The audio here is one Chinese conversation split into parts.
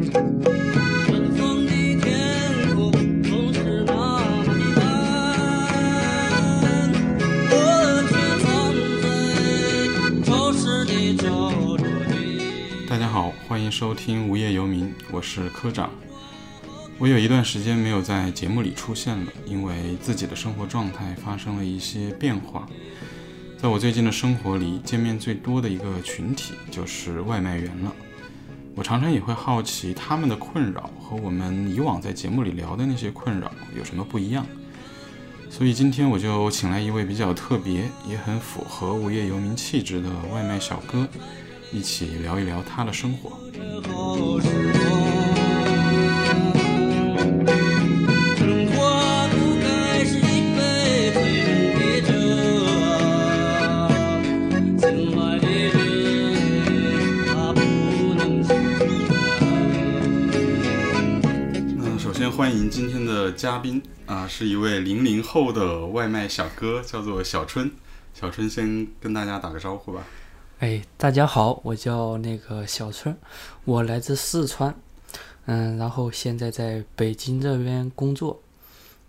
春风的天空总是那么的蓝，我却藏在潮湿的角落里。大家好，欢迎收听《无业游民》，我是科长。我有一段时间没有在节目里出现了，因为自己的生活状态发生了一些变化。在我最近的生活里，见面最多的一个群体就是外卖员了。我常常也会好奇他们的困扰和我们以往在节目里聊的那些困扰有什么不一样。所以今天我就请来一位比较特别，也很符合无业游民气质的外卖小哥，一起聊一聊他的生活。好时光，生活不该是一杯醉人的酒，醒来的人他不能醒来。嗯，首先欢迎今天的嘉宾啊、是一位零零后的外卖小哥，叫做小春。小春先跟大家打个招呼吧。哎，大家好，我叫那个小春，我来自四川，嗯，然后现在在北京这边工作，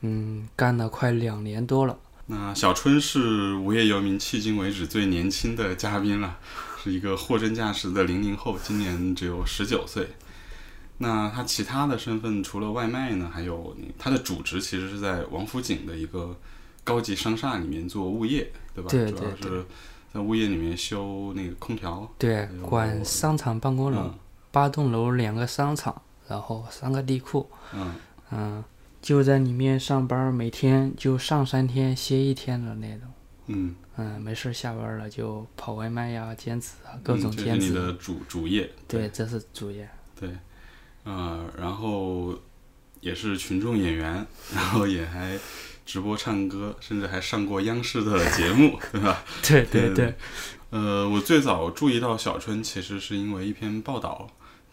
嗯，干了快两年多了。那小春是无业游民迄今为止最年轻的嘉宾了，是一个货真价实的零零后，今年只有十九岁。那他其他的身份除了外卖呢，还有你他的主职其实是在王府井的一个高级商厦里面做物业，对吧？对主要对是在物业里面修那个空调。对，管商场办公楼嗯，八栋楼两个商场，然后三个地库，嗯，嗯，就在里面上班，每天就上三天歇一天的那种。嗯，嗯，没事儿下班了就跑外卖呀、兼职啊，各种嗯这兼是职你。的主主业，对，这是主业。 对，呃，然后也是群众演员，然后也还直播唱歌，甚至还上过央视的节目，对吧？对对对对，呃，我最早注意到小春，其实是因为一篇报道。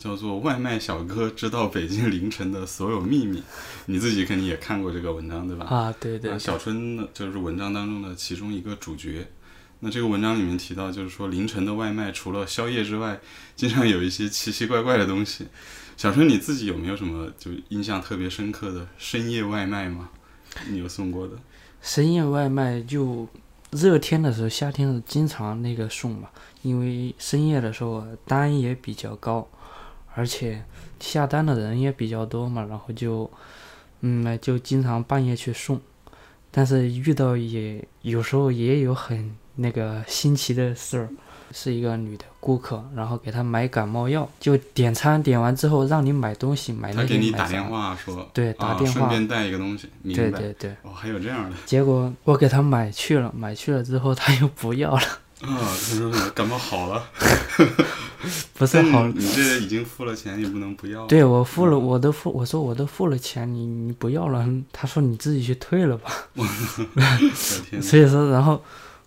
叫做“外卖小哥知道北京凌晨的所有秘密”，你自己肯定也看过这个文章，对吧？啊，对对那，小春呢，就是文章当中的其中一个主角。那这个文章里面提到，就是说凌晨的外卖除了宵夜之外，经常有一些奇奇怪怪的东西。小春，你自己有没有什么就印象特别深刻的深夜外卖吗？你有送过的？深夜外卖就热天的时候、夏天的时候经常那个送嘛，因为深夜的时候单也比较高，而且下单的人也比较多嘛，然后就嗯就经常半夜去送，但是遇到也有时候也有很那个新奇的事儿。是一个女的顾客，然后给她买感冒药，就点餐点完之后让你买东西，买他哎那给些你买打啥电，话说，对打啊电顺话便带一个东西，明对白？对对，哦，还有这样的结果我给他买去了，买去了之后他又不要了， 啊！他说感冒好了，不是好嗯但，你这已经付了钱，也不能不要。对我付了，我都付，我说我都付了钱，你你不要了，他说你自己去退了吧。我的天哪，所以说，然后，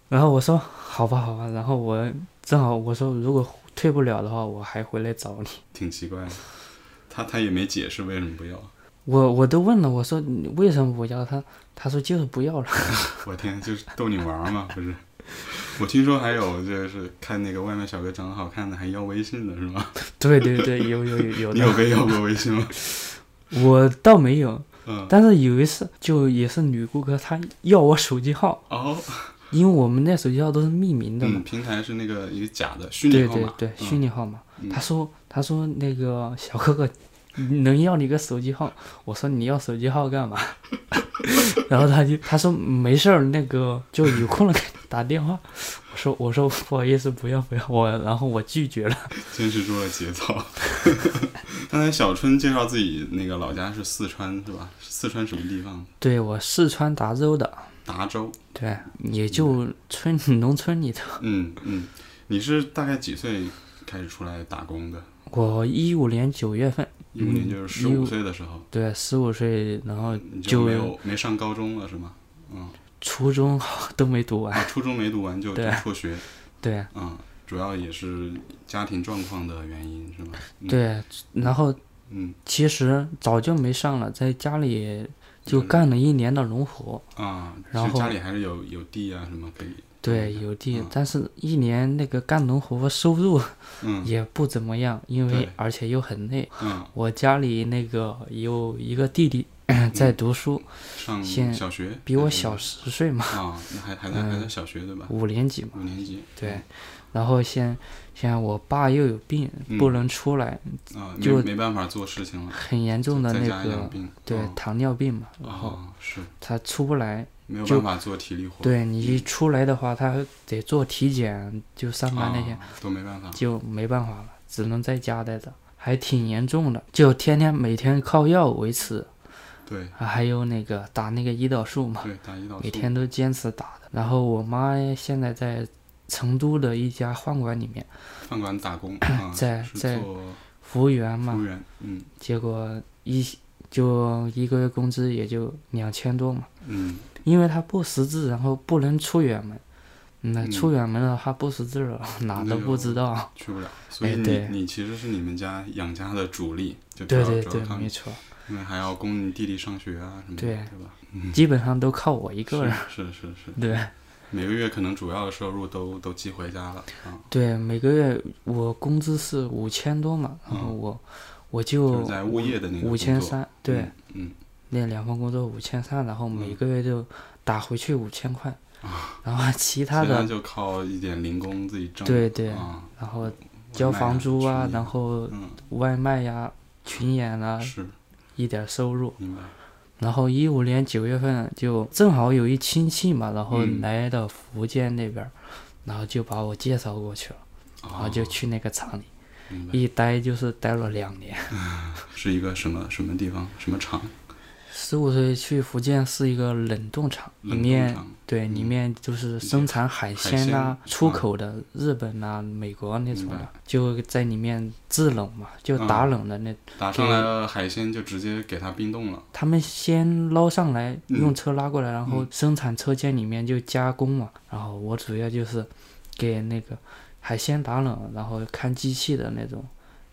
然后我说好吧好吧，然后我正好我说如果退不了的话，我还回来找你。挺奇怪的。他他也没解释为什么不要。我我都问了，我说你为什么不要？他他说就是不要了。 我天，就是逗你玩儿嘛，不是？我听说还有就是看那个外卖小哥长得好看的还要微信的是吗？对对对，有有有有你有的，被要过微信吗？我倒没有，嗯，但是有一次就也是女顾客，她要我手机号，哦，因为我们那手机号都是匿名的嘛嗯，。平台是那个一个假的虚拟对号对码，对，嗯虚拟号码。嗯他说他说那个小哥哥能要你个手机号，我说你要手机号干嘛？ 然后他就他说没事儿，那个就有空了给你打电话。我说我说不好意思，不要不要我，然后我拒绝了。坚持住了节操。 刚才小春介绍自己那个老家是四川是吧？四川什么地方？对我四川达州的，达州。对，也就村农村里的。嗯嗯，你是大概几岁开始出来打工的？我一五年九月份，一五年就是十五15岁的时候，对，十五岁，然后你就就没有没上高中了是吗？嗯，初中都没读完。啊，初中没读完就就对辍学。对嗯，主要也是家庭状况的原因，是 吧？嗯，对，然后嗯其实早就没上了，在家里就嗯干了一年的农活。啊，然其实后家里还是有有地啊什么可以，对，有地嗯，但是一年那个干农活收入嗯也不怎么样，因为对而且又很累。嗯，我家里那个有一个弟弟嗯 在读书，上现小学比我嗯小十岁嘛，啊，那还还在还在小学对吧？五年级嘛。五年级对，然后现现在我爸又有病，嗯不能出来，啊，就没没办法做事情了，很严重的在那家养个病，对哦糖尿病嘛，然后哦是他出不来。没有就办法做体力活，对你一出来的话，他得做体检，就上班那些啊都没办法，就没办法了，只能在家待着，还挺严重的，就天天每天靠药维持，对啊还有那个打那个胰岛素嘛，对，打胰岛素， 每天都坚持打的。然后我妈现在在成都的一家饭馆里面饭馆打 工啊，在是在做服务员服务嘛，员，嗯结果一就一个月工资也就两千多嘛，嗯因为她不识字，然后不能出远门。那嗯出远门了，她不识字了， 哪都不知道。去不了，所以哎你对你其实是你们家养家的主力，就主对要对主对要，靠没你，错，因为还要供你弟弟上学啊什么的，对对吧？基本上都靠我一个人。是是是是， 对。每个月可能主要的收入都都寄回家了啊，对，每个月我工资是五千多嘛，然后嗯我、我就是就在物业的那个五工千作，三，对，嗯，那两份工作五千三，然后每嗯个月就打回去五千块，然后其他啊其的就靠一点零工自己挣，对对啊，然后外交卖房租啊，吃然后嗯外卖呀、群演啊，是一点收入。明白，然后一五年九月份就正好有一亲戚嘛，然后嗯来到福建那边儿，然后就把我介绍过去了，然后啊就去那个厂里明白，一待就是待了两年。是一个什么什么地方什么厂，十五岁去福建是一个冷冻厂，里冷面冻厂对里嗯面就是生产海鲜呐、海鲜啊出口的日本呐、美国那种明的白，啊就在里面制冷嘛，就打冷的那。打上来了海鲜就直接给它冰冻了，他们先捞上来，嗯用车拉过来，然后生产车间里面就加工嘛。然后我主要就是给那个海鲜打冷，然后看机器的那种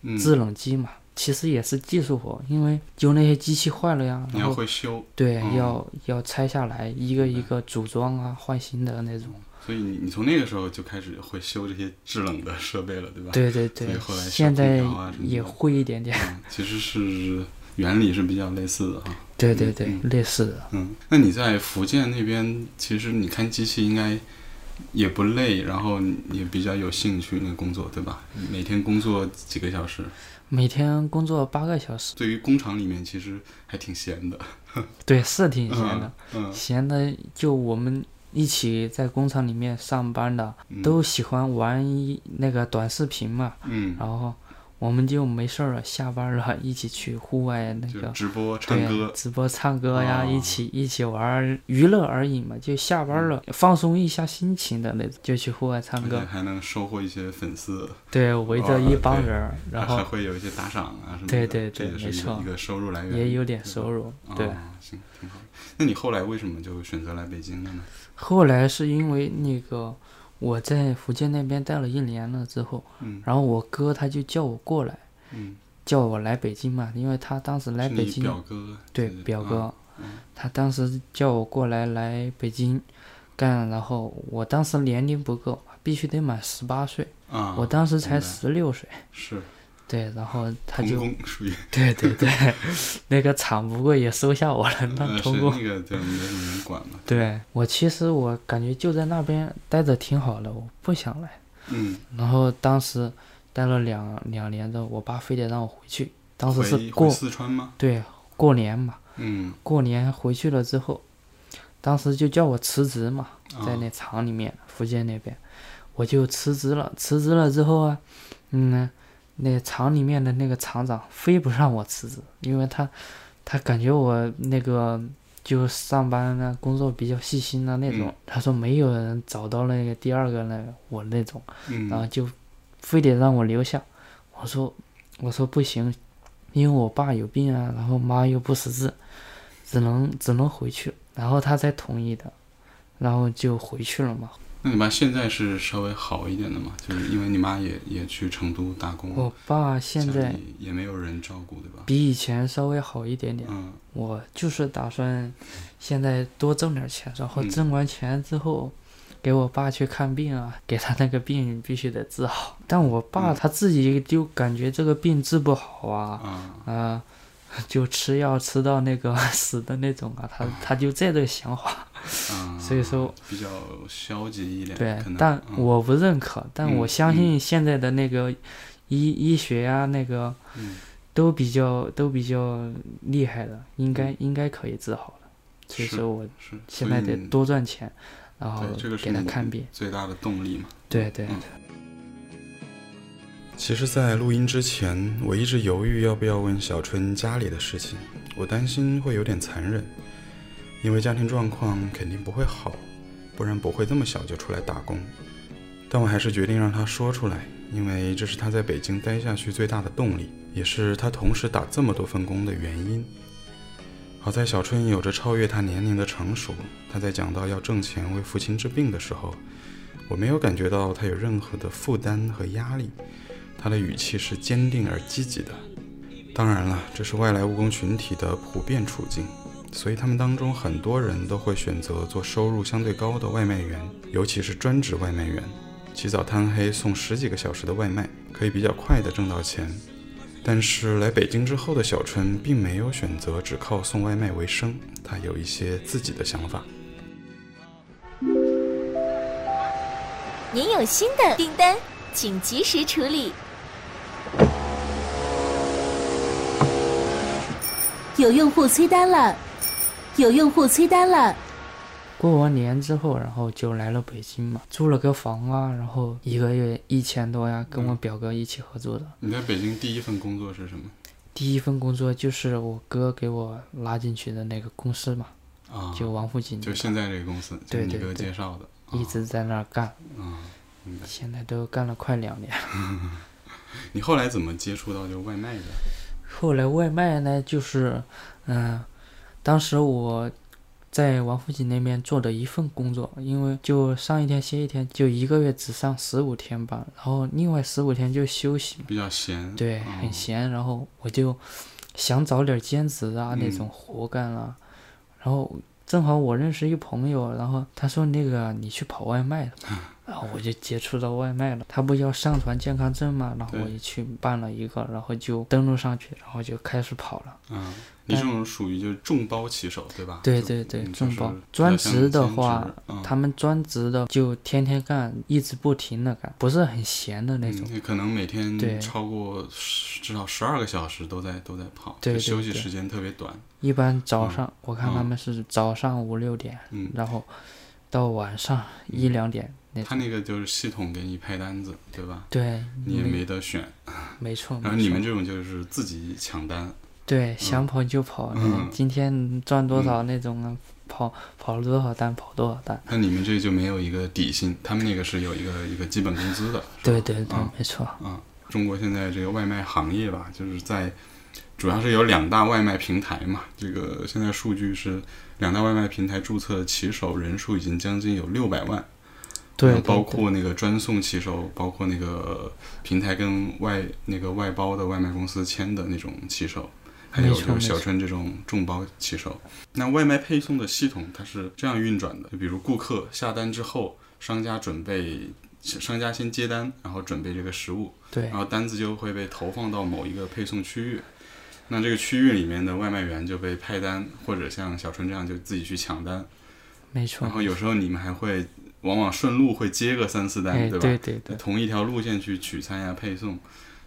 嗯，制冷机嘛。其实也是技术活，因为就那些机器坏了呀，你然要后会修，对，嗯要要拆下来，一个一个组装啊，换新的那种。所以你你从那个时候就开始会修这些制冷的设备了，对吧？对对所以对，后来小现在空调啊什么的也会一点点。嗯，其实是原理是比较类似的哈。对对对嗯，类似的。嗯，那你在福建那边，其实你看机器应该也不累，然后也比较有兴趣那个工作，对吧？每天工作几个小时，每天工作八个小时，对于工厂里面其实还挺闲的。对，是挺闲的嗯。嗯闲的就我们一起在工厂里面上班的，嗯，都喜欢玩一那个短视频嘛。嗯，然后我们就没事儿了，下班了一起去户外那就个直播唱对，啊歌，直播唱歌呀，哦一起一起玩儿娱乐而已嘛，就下班了、嗯放松一下心情的那种，就去户外唱而且歌。还能收获一些粉丝，对，围着一帮人儿，然哦还后会有一些打赏啊什么的，对对对这也是没一个错一个收入来源，也有点收入。入。对，哦，行，挺好的。那你后来为什么就选择来北京了呢？后来是因为那个我在福建那边待了一年了之后，嗯然后我哥他就叫我过来，嗯，叫我来北京嘛，因为他当时来是北你京，表哥对是表哥，啊嗯他当时叫我过来来北京干，然后我当时年龄不够嘛，必须得满十八岁。啊，我当时明才白十六岁，是对，然后他童就工属于 对对对， 那个厂不过也收下我了，呃那是通过。那个就没什么人管嘛。对我其实我感觉就在那边待着挺好的，我不想来。嗯，然后当时待了两两年之后，我爸非得让我回去， 当时回是回过四川吗？对过年嘛，嗯，过年回去了之后，当时就叫我辞职嘛，啊在那厂里面，福建那边，我就辞职了。辞职了之后啊，嗯，那厂里面的那个厂长非不让我辞职，因为他他感觉我那个就上班呢，工作比较细心的那种。嗯他说没有人找到那个第二个那个我那种，然后嗯，就非得让我留下。我说我说不行，因为我爸有病啊，然后妈又不识字，只能只能回去。然后他才同意的，然后就回去了嘛。那你妈现在是稍微好一点的嘛？就是因为你妈也也去成都打工，我爸现家在里也没有人照顾，对吧？比以前稍微好一点点，嗯，我就是打算现在多挣点钱，然后嗯挣完钱之后。给我爸去看病啊，给他那个病必须得治好。但我爸嗯他自己就感觉这个病治不好啊，啊，啊、就吃药吃到那个 死的那种啊，他他就这个想法，嗯啊所以说比较消极一点，对可能，但嗯我不认可，但嗯我相信现在的那个医、医学啊，那个嗯都比较都比较厉害的，应该应该可以治好的，所以嗯是说我是现所以在得你多赚钱，然后对这个是给他你看病，最大的动力嘛。对对，嗯其实，在录音之前，我一直犹豫要不要问小春家里的事情，我担心会有点残忍，因为家庭状况肯定不会好，不然不会这么小就出来打工。但我还是决定让他说出来，因为这是他在北京待下去最大的动力，也是他同时打这么多份工的原因。好在小春有着超越他年龄的成熟，他在讲到要挣钱为父亲治病的时候，我没有感觉到他有任何的负担和压力。他的语气是坚定而积极的。当然了，这是外来务工群体的普遍处境，所以他们当中很多人都会选择做收入相对高的外卖员，尤其是专职外卖员，起早贪黑送十几个小时的外卖，可以比较快的挣到钱。但是来北京之后的小春并没有选择只靠送外卖为生，他有一些自己的想法。您有新的订单，请及时处理。有用户催单了，有用户催单了。过完年之后，然后就来了北京嘛，租了个房啊，然后一个月一千多呀，嗯跟我表哥一起合租的。你在北京第一份工作是什么？第一份工作就是我哥给我拉进去的那个公司嘛，啊，就王府井那就个，现在这个公司，对就对你给我对介绍的，一啊直在那儿干，啊，明白。现在都干了快两年。你后来怎么接触到就外卖的？后来外卖呢，就是，嗯、当时我在王府井那边做的一份工作，因为就上一天歇一天，就一个月只上十五天班，然后另外十五天就休息嘛。比较闲，对，哦很闲。然后我就想找点兼职啊，那嗯种活干啊。然后正好我认识一朋友，然后他说那个你去跑外卖嗯吧 然后我就接触到外卖了。他不要上传健康证嘛，然后我对就去办了一个，然后就登录上去，然后就开始跑了。嗯，你这种属于就是众包骑手，对吧？对就对对嗯众就是包比较专像职的兼话职嗯他们专职的就天天干，一直不停的干，不是很闲的那嗯种。你可能每对天超过十至少十二个小时都在都在跑，就对对休息对时间特别短，一般早嗯上、我看他嗯们是早上五六点，嗯。然后到晚上一两点那他种。那个就是系统给你派单子，对吧？对，你也没得选，嗯没错。然后没你错们这种就是自己抢单，对想跑就跑，嗯今天赚多少那种啊，跑跑了多少单跑多少单。那你们这就没有一个底薪，他们那个是有一个一个基本工资的，对对对嗯，没错。啊，中国现在这个外卖行业吧，就是在主要是有两大外卖平台嘛，这个现在数据是两大外卖平台注册骑手人数已经将近有六百万，对，呃对包对括那个专送骑手，包括那个平台跟外那个外包的外卖公司签的那种骑手。还有没错就是没小错春这种众包骑手，那外卖配送的系统它是这样运转的，就比如顾客下单之后，商家准备商家先接单，然后准备这个食物，对然后单子就会被投放到某一个配送区域。那这个区域里面的外卖员就被派单，或者像小春这样就自己去抢单。没错然。后有时候你们还会，往往顺路会接个三四单，哎，对吧？对对在对，同一条路线去取餐呀、配送，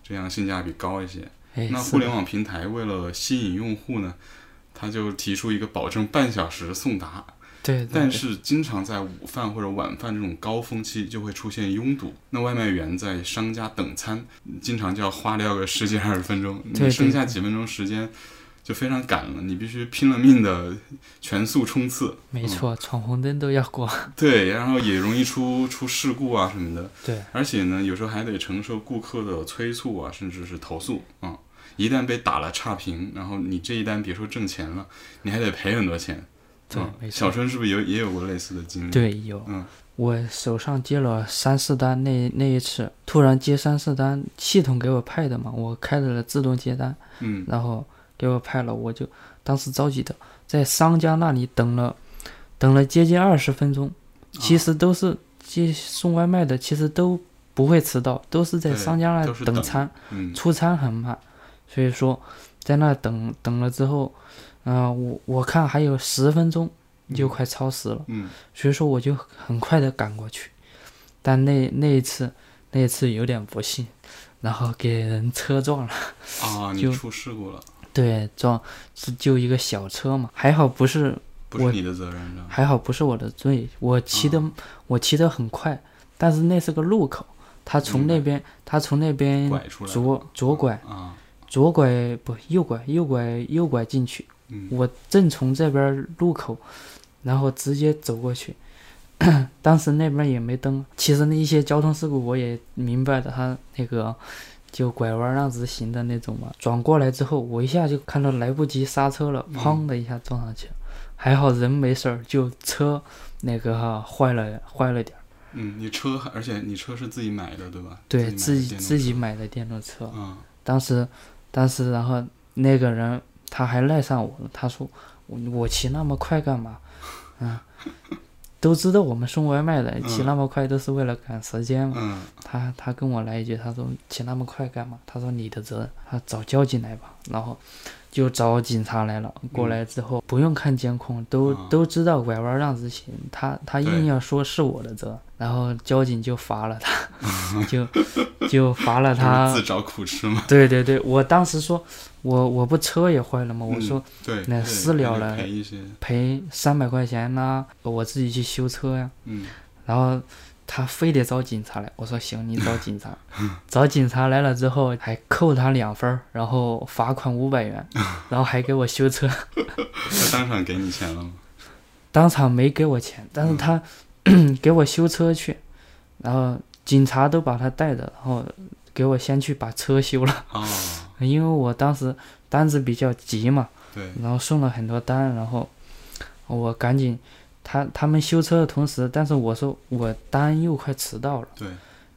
这样性价比高一些。哎，那是互的联网平台为了吸引用户呢，它就提出一个保证半小时送达，对，对但对是经常在午饭或者晚饭这种高峰期就会出现拥堵，那外卖员在商家等餐，经常就要花掉个十几二十分钟，对你剩下几分钟时间就非常赶了，你必须拼了命的全速冲刺，没错，闯红灯都要过。对，然后也容易出出事故啊什么的，对，而且呢，有时候还得承受顾客的催促啊，甚至是投诉啊、一旦被打了差评，然后你这一单别说挣钱了，你还得赔很多钱。对嗯，没错小春是不是有也有过类似的经历？，对，有。嗯我手上接了三四单那那一次，突然接三四单，系统给我派的嘛，我开了自动接单，嗯然后给我派了，我就当时着急的在商家那里等了，等了接近二十分钟，其实都是接送外卖的，其实都不会迟到，都是在对商家那都里是等等餐，嗯出餐很慢，所以说在那等等了之后，嗯、我我看还有十分钟就快超时了。嗯所以说我就很快的赶过去，但那那一次那一次有点不幸，然后给人车撞了，啊，你就出事故了，对，撞是就一个小车嘛，还好不是不是我你的责任的。还好不是我的罪，我骑嗯的、我骑得很快，但是那是个路口，他从明白那边他从那边拐出来了嗯左左拐啊，左拐不右拐右拐右拐进去，嗯我正从这边路口，然后直接走过去。 当时那边也没灯，其实那一些交通事故我也明白的，他那个就拐弯让直行的那种嘛。转过来之后，我一下就看到来不及刹车了，砰的一下撞上去了。还好人没事儿，就车那个、坏了坏了点儿。嗯，你车，而且你车是自己买的对吧？对自自己自己买买的电动的，车电动车。啊，当时，当时然后那个人他还赖上我了，他说我我骑那么快干嘛？嗯，都知道我们送外卖的骑那么快都是为了赶时间嘛。嗯，他他跟我来一句，他说骑那么快干嘛？他说你的责任，他找交警来吧。然后就找警察来了，嗯过来之后、不用看监控，都、啊都知道拐弯让直行，他他硬对要说是我的责任，然后交警就罚了他，就就罚了这不 他嗯是自找苦吃吗？对对对，我当时说，我我不车也坏了吗？我嗯说对，那对私了还得了赔一些，赔三百块钱呐、我自己去修车呀。嗯然后他非得找警察来，我说行，你找警察。找警察来了之后，还扣他两分儿，然后罚款五百元，然后还给我修车，他当场给你钱了吗？当场没给我钱，但是他 给我修车去，然后警察都把他带着，然后给我先去把车修了，哦，因为我当时单子比较急嘛。对，然后送了很多单，然后我赶紧，他他们修车的同时，但是我说我单又快迟到了，对，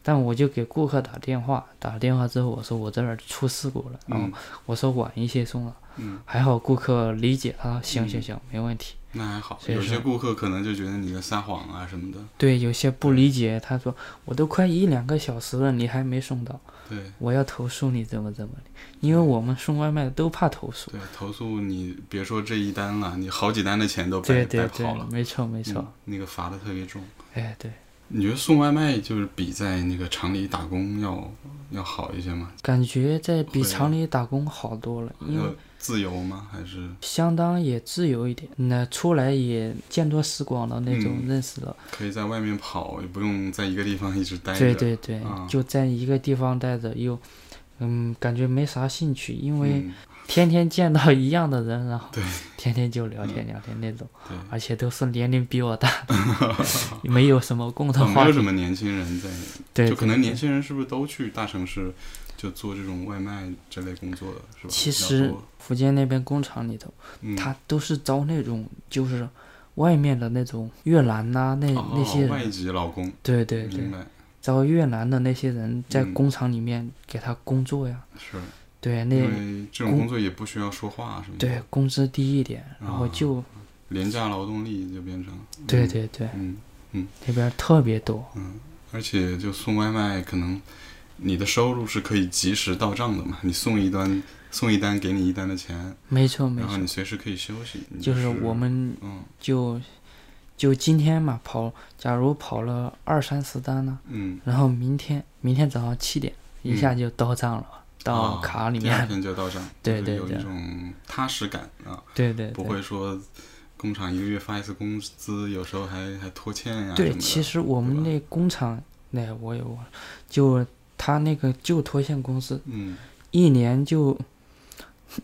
但我就给顾客打电话，打了电话之后我说我这儿出事故了，然后嗯我说晚一些送了，嗯，还好顾客理解，他说行行嗯行，没问题。那还好。所以有些说顾客可能就觉得你在撒谎啊什么的，对，有些不理解，他说我都快一两个小时了，你还没送到，对我要投诉你怎么怎么的，嗯因为我们送外卖的都怕投诉。对，投诉你别说这一单了，你好几单的钱都白对对白对跑了，，嗯没错没没错，那个罚的特别重。哎对。你觉得送外卖就是比在那个厂里打工要要好一些吗？感觉在比会啊厂里打工好多了，因要为自由吗？还是相当也自由一点。那出来也见多识广的那种，嗯认识了。可以在外面跑，也不用在一个地方一直待着？对对对，啊就在一个地方待着，又嗯，感觉没啥兴趣，因为嗯，天天见到一样的人，然后对 嗯天天就聊天聊天那种，对，而且都是年龄比 我大的，没有什么共哦同没话有什题。么年轻人在，对，就可对能对年轻人是不是都去大城市就做这种外卖这类工作的，是吧？其比较实多福建那边工厂里头，嗯，他都是招那种就是外面的那种越南呐、那哦那些外人。籍劳工，对对对明，白招越南的那些人在嗯工厂里面给他工作呀，是，对，因那为这种工工作也不需要说话什么的，对工资低一点，然后啊就、廉价劳动力就变成了对嗯对对，嗯那边特别多，嗯，而且就送外卖，可能你的收入是可以及时到账的嘛，你送一单送一单给你一单的钱，没错没然后你错，随时可以休息。你就是是我们嗯就就今天嘛跑，假如跑了二三十单呢，嗯然后明天明天早上七点一下就到账了，到啊卡里第二面，天就到账， 就对是对有对一种踏实感啊，对对不对。会说工厂一个月发一次工资，有时候还还拖欠呀、啊什对，么的其实我们对那工厂，那我有我，就他那个旧拖线公司，嗯一年就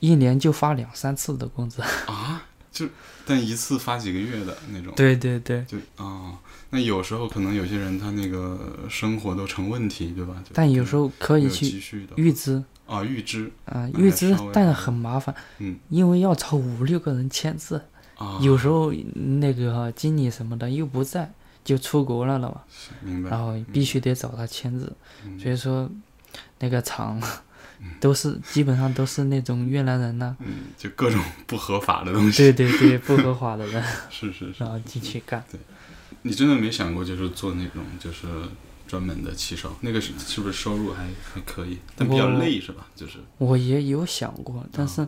一年就发两三次的工资。 啊，就但一次发几个月的那种，对对对，就哦，那有时候可能有些人他那个生活都成问题，对吧？就但有时候可没以有积去蓄的预支，啊，预支啊、那预还支稍微，但好很麻烦，嗯因为要找五六个人签字，啊，有时候那个经理什么的又不在，就出国了了嘛，明白。然后必须得找他签字，嗯所以说那个厂都是基本上都是那种越南人呐、嗯，就各种 不合法的东 西。对对啊对，不合法的人，是是是然。后进去干。你真的没想过就是做那种就是专门的骑手，那个是是不是收入还还可以，但比较我累是吧？就是我也有想过，但是、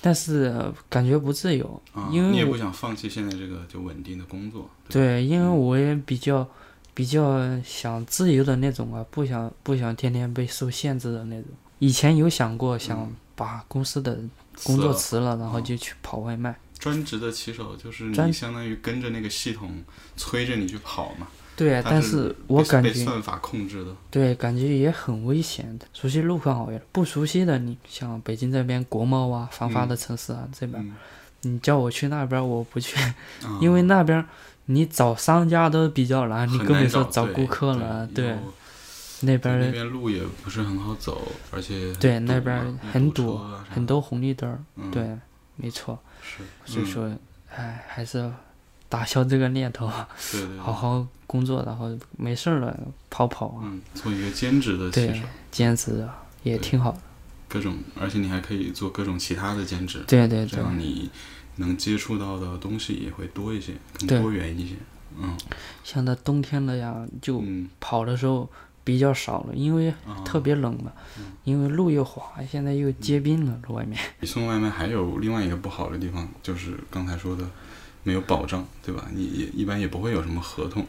但是呃感觉不自由，啊，因你也为不嗯我想放弃现在这个就稳定的工作。吧对，因为我也比较比较想自由的那种啊，不想不想天天被受限制的那种。以前有想过想嗯把公司的工辞作了辞了，然后嗯就去跑外卖。专职的骑手就是你专相当于跟着那个系统催着你去跑嘛，对啊，它但是是我被感被觉算法控制的。对，感觉也很危险的。熟悉路况好一点，不熟悉的你像北京这边国贸啊、繁华嗯的城市啊，这边、嗯，你叫我去那边儿我不去，啊 因为那边儿你找商家都比较难，啊你很更别难说找找顾客了。啊对，对然，后在那边那儿边路也不是很好走，而且很对堵那边嘛儿很堵堵车啊啥的，很多红绿灯儿，嗯，对，没错。是，所以嗯说，哎，还是打消这个念头，对 对对好好工作，然后没事儿了跑跑啊，嗯，做一个兼职的骑对手，，兼职啊也对挺好的。各种，而且你还可以做各种其他的兼职，对对这对。样你能接触到的东西也会多一些，更对多元一些。嗯像到冬天了呀，就嗯，跑的时候比较少了，因为啊嗯特别冷嘛，因为路又滑，现在又结冰了，外面。你送外卖还有另外一个不好的地方，就是刚才说的没有保障，对吧？你也一般也不会有什么合同，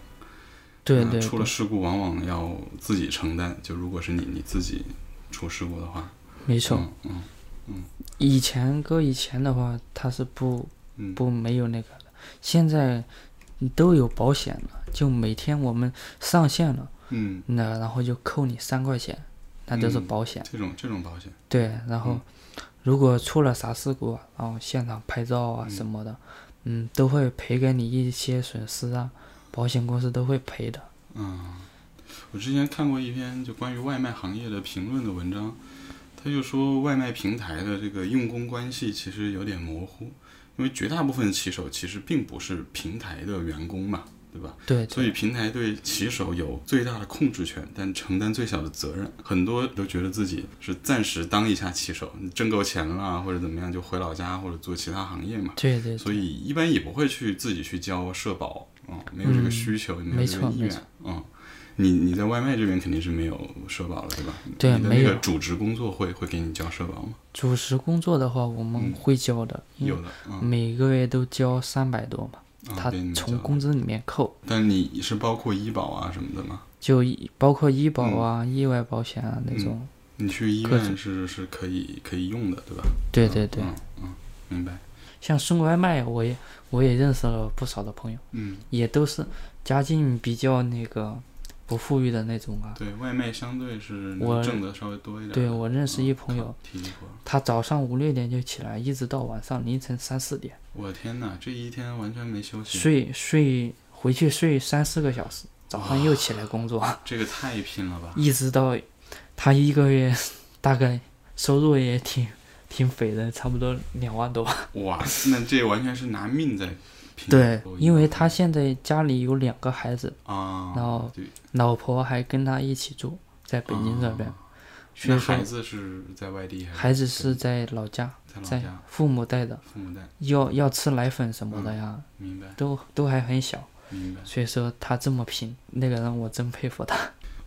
对那对啊出了对，事故往往要自己承担。就如果是你你自己出事故的话，没错。嗯嗯以前搁以前的话，他是不嗯，不没有那个的，现在都有保险了，就每天我们上线了，嗯，那然后就扣你三块钱，那就是嗯保险。这种这种保险，对，然后嗯如果出了啥事故啊，然后现场拍照啊什么的，嗯，都会赔给你一些损失啊，保险公司都会赔的。嗯，我之前看过一篇就关于外卖行业的评论的文章，他就说外卖平台的这个用工关系其实有点模糊，因为绝大部分骑手其实并不是平台的员工嘛，对吧？对，所以平台对骑手有最大的控制权，但承担最小的责任。很多都觉得自己是暂时当一下骑手，你挣够钱了啊或者怎么样就回老家或者做其他行业嘛。对对所以一般也不会去自己去交社保啊、没有这个嗯需求，也有没这个错意没愿啊错、你你在外卖这边肯定是没有社保了，对吧？对你的没那个有主职工作会会给你交社保吗？主持工作的话，我们嗯会交的，因有为的，嗯，每个月都交三百多嘛，啊他对你们交从的工资里面扣，但你是包括医保啊什么的吗？就一包括医保啊、嗯意外保险啊那种。你去医各种院是是可以可以用的，对吧？对对对，嗯嗯，明白，像送外卖，我也我也认识了不少的朋友，嗯，也都是家境比较那个不富裕的那种啊。对外卖相对是能我挣的稍微多一点的。对我认识一嗯朋友，提一波，他早上五六点就起来，一直到晚上凌晨三四点，我天哪，这一天完全没休息，睡睡回去睡三四个小时，早上又起来工作，这个太拼了吧？一直到他一个月大概收入也挺挺肥的，差不多两万 多。哇，那这完全是拿命在拼。对搏，一因搏为他现在家里有两个孩子，啊，然后对，老婆还跟他一起住，在北京这边啊，所那以说孩子是在外地还是孩子是在在老家，在老在家，父母带的，父母带，要要吃奶粉什么的呀，明白都都还很小。明白。所以说他这么拼，那个人我真佩服他。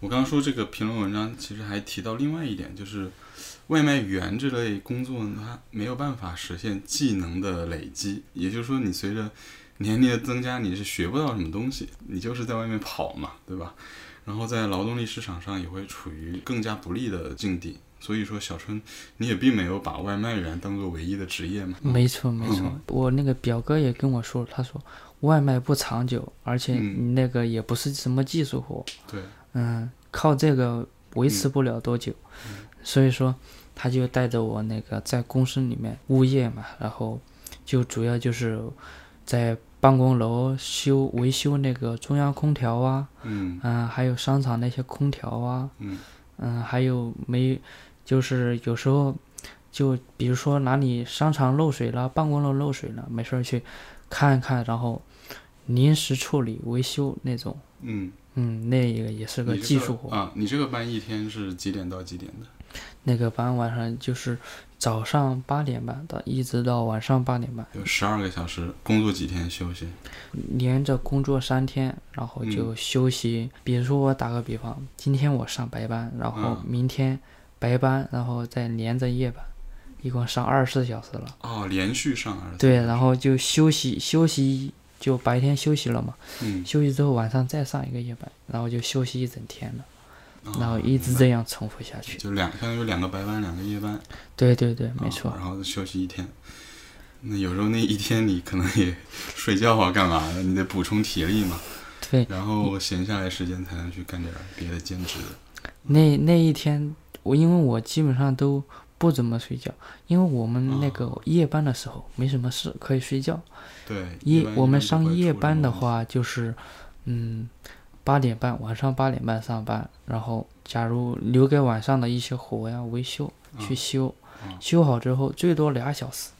我刚刚说这个评论文章，其实还提到另外一点，就是外卖员这类工作呢，它没有办法实现技能的累积，也就是说，你随着年龄的增加，你是学不到什么东西，你就是在外面跑嘛，对吧？然后在劳动力市场上也会处于更加不利的境地。所以说，小春，你也并没有把外卖员当做唯一的职业嘛？没错没错，嗯我那个表哥也跟我说，他说外卖不长久，而且嗯你那个也不是什么技术活，对，嗯靠这个维嗯持不了多久。所以说，他就带着我那个在公司里面物业嘛，然后就主要就是在办公楼修维修那个中央空调啊，嗯嗯，还有商场那些空调啊，嗯嗯，还有没，就是有时候就比如说哪里商场漏水了，办公楼漏水了，没事儿去看一看，然后临时处理维修那种。嗯，嗯，那一个也是这个技术活。啊。你这个班一天是几点到几点的？那个班晚上就是早上八点半到一直到晚上八点半，有十二个小时，工作几天休息？连着工作三天，然后就嗯休息。比如说我打个比方，今天我上白班，然后嗯明天白班，然后再连着夜班，一共上二十四小时了。哦，连续上二十。对，然后就休息休息，就白天休息了嘛，嗯，休息之后晚上再上一个夜班，然后就休息一整天了，哦然后一直这样重复下去。就两，相当于有两个白班，两个夜班。对对对，没啊错。然后休息一天。那有时候那一天你可能也睡觉啊，干嘛的？你得补充体力嘛。对，然后闲下来时间才能去干点别的兼职的。那那一天，我因为我基本上都不怎么睡觉，因为我们啊那个夜班的时候没什么事可以睡觉。对，一夜般我一般们不上会夜出班什的么问题，话，就是嗯，八点半晚上八点半上班，然后假如留给晚上的一些活呀维修去修，嗯修好之后最多俩小时，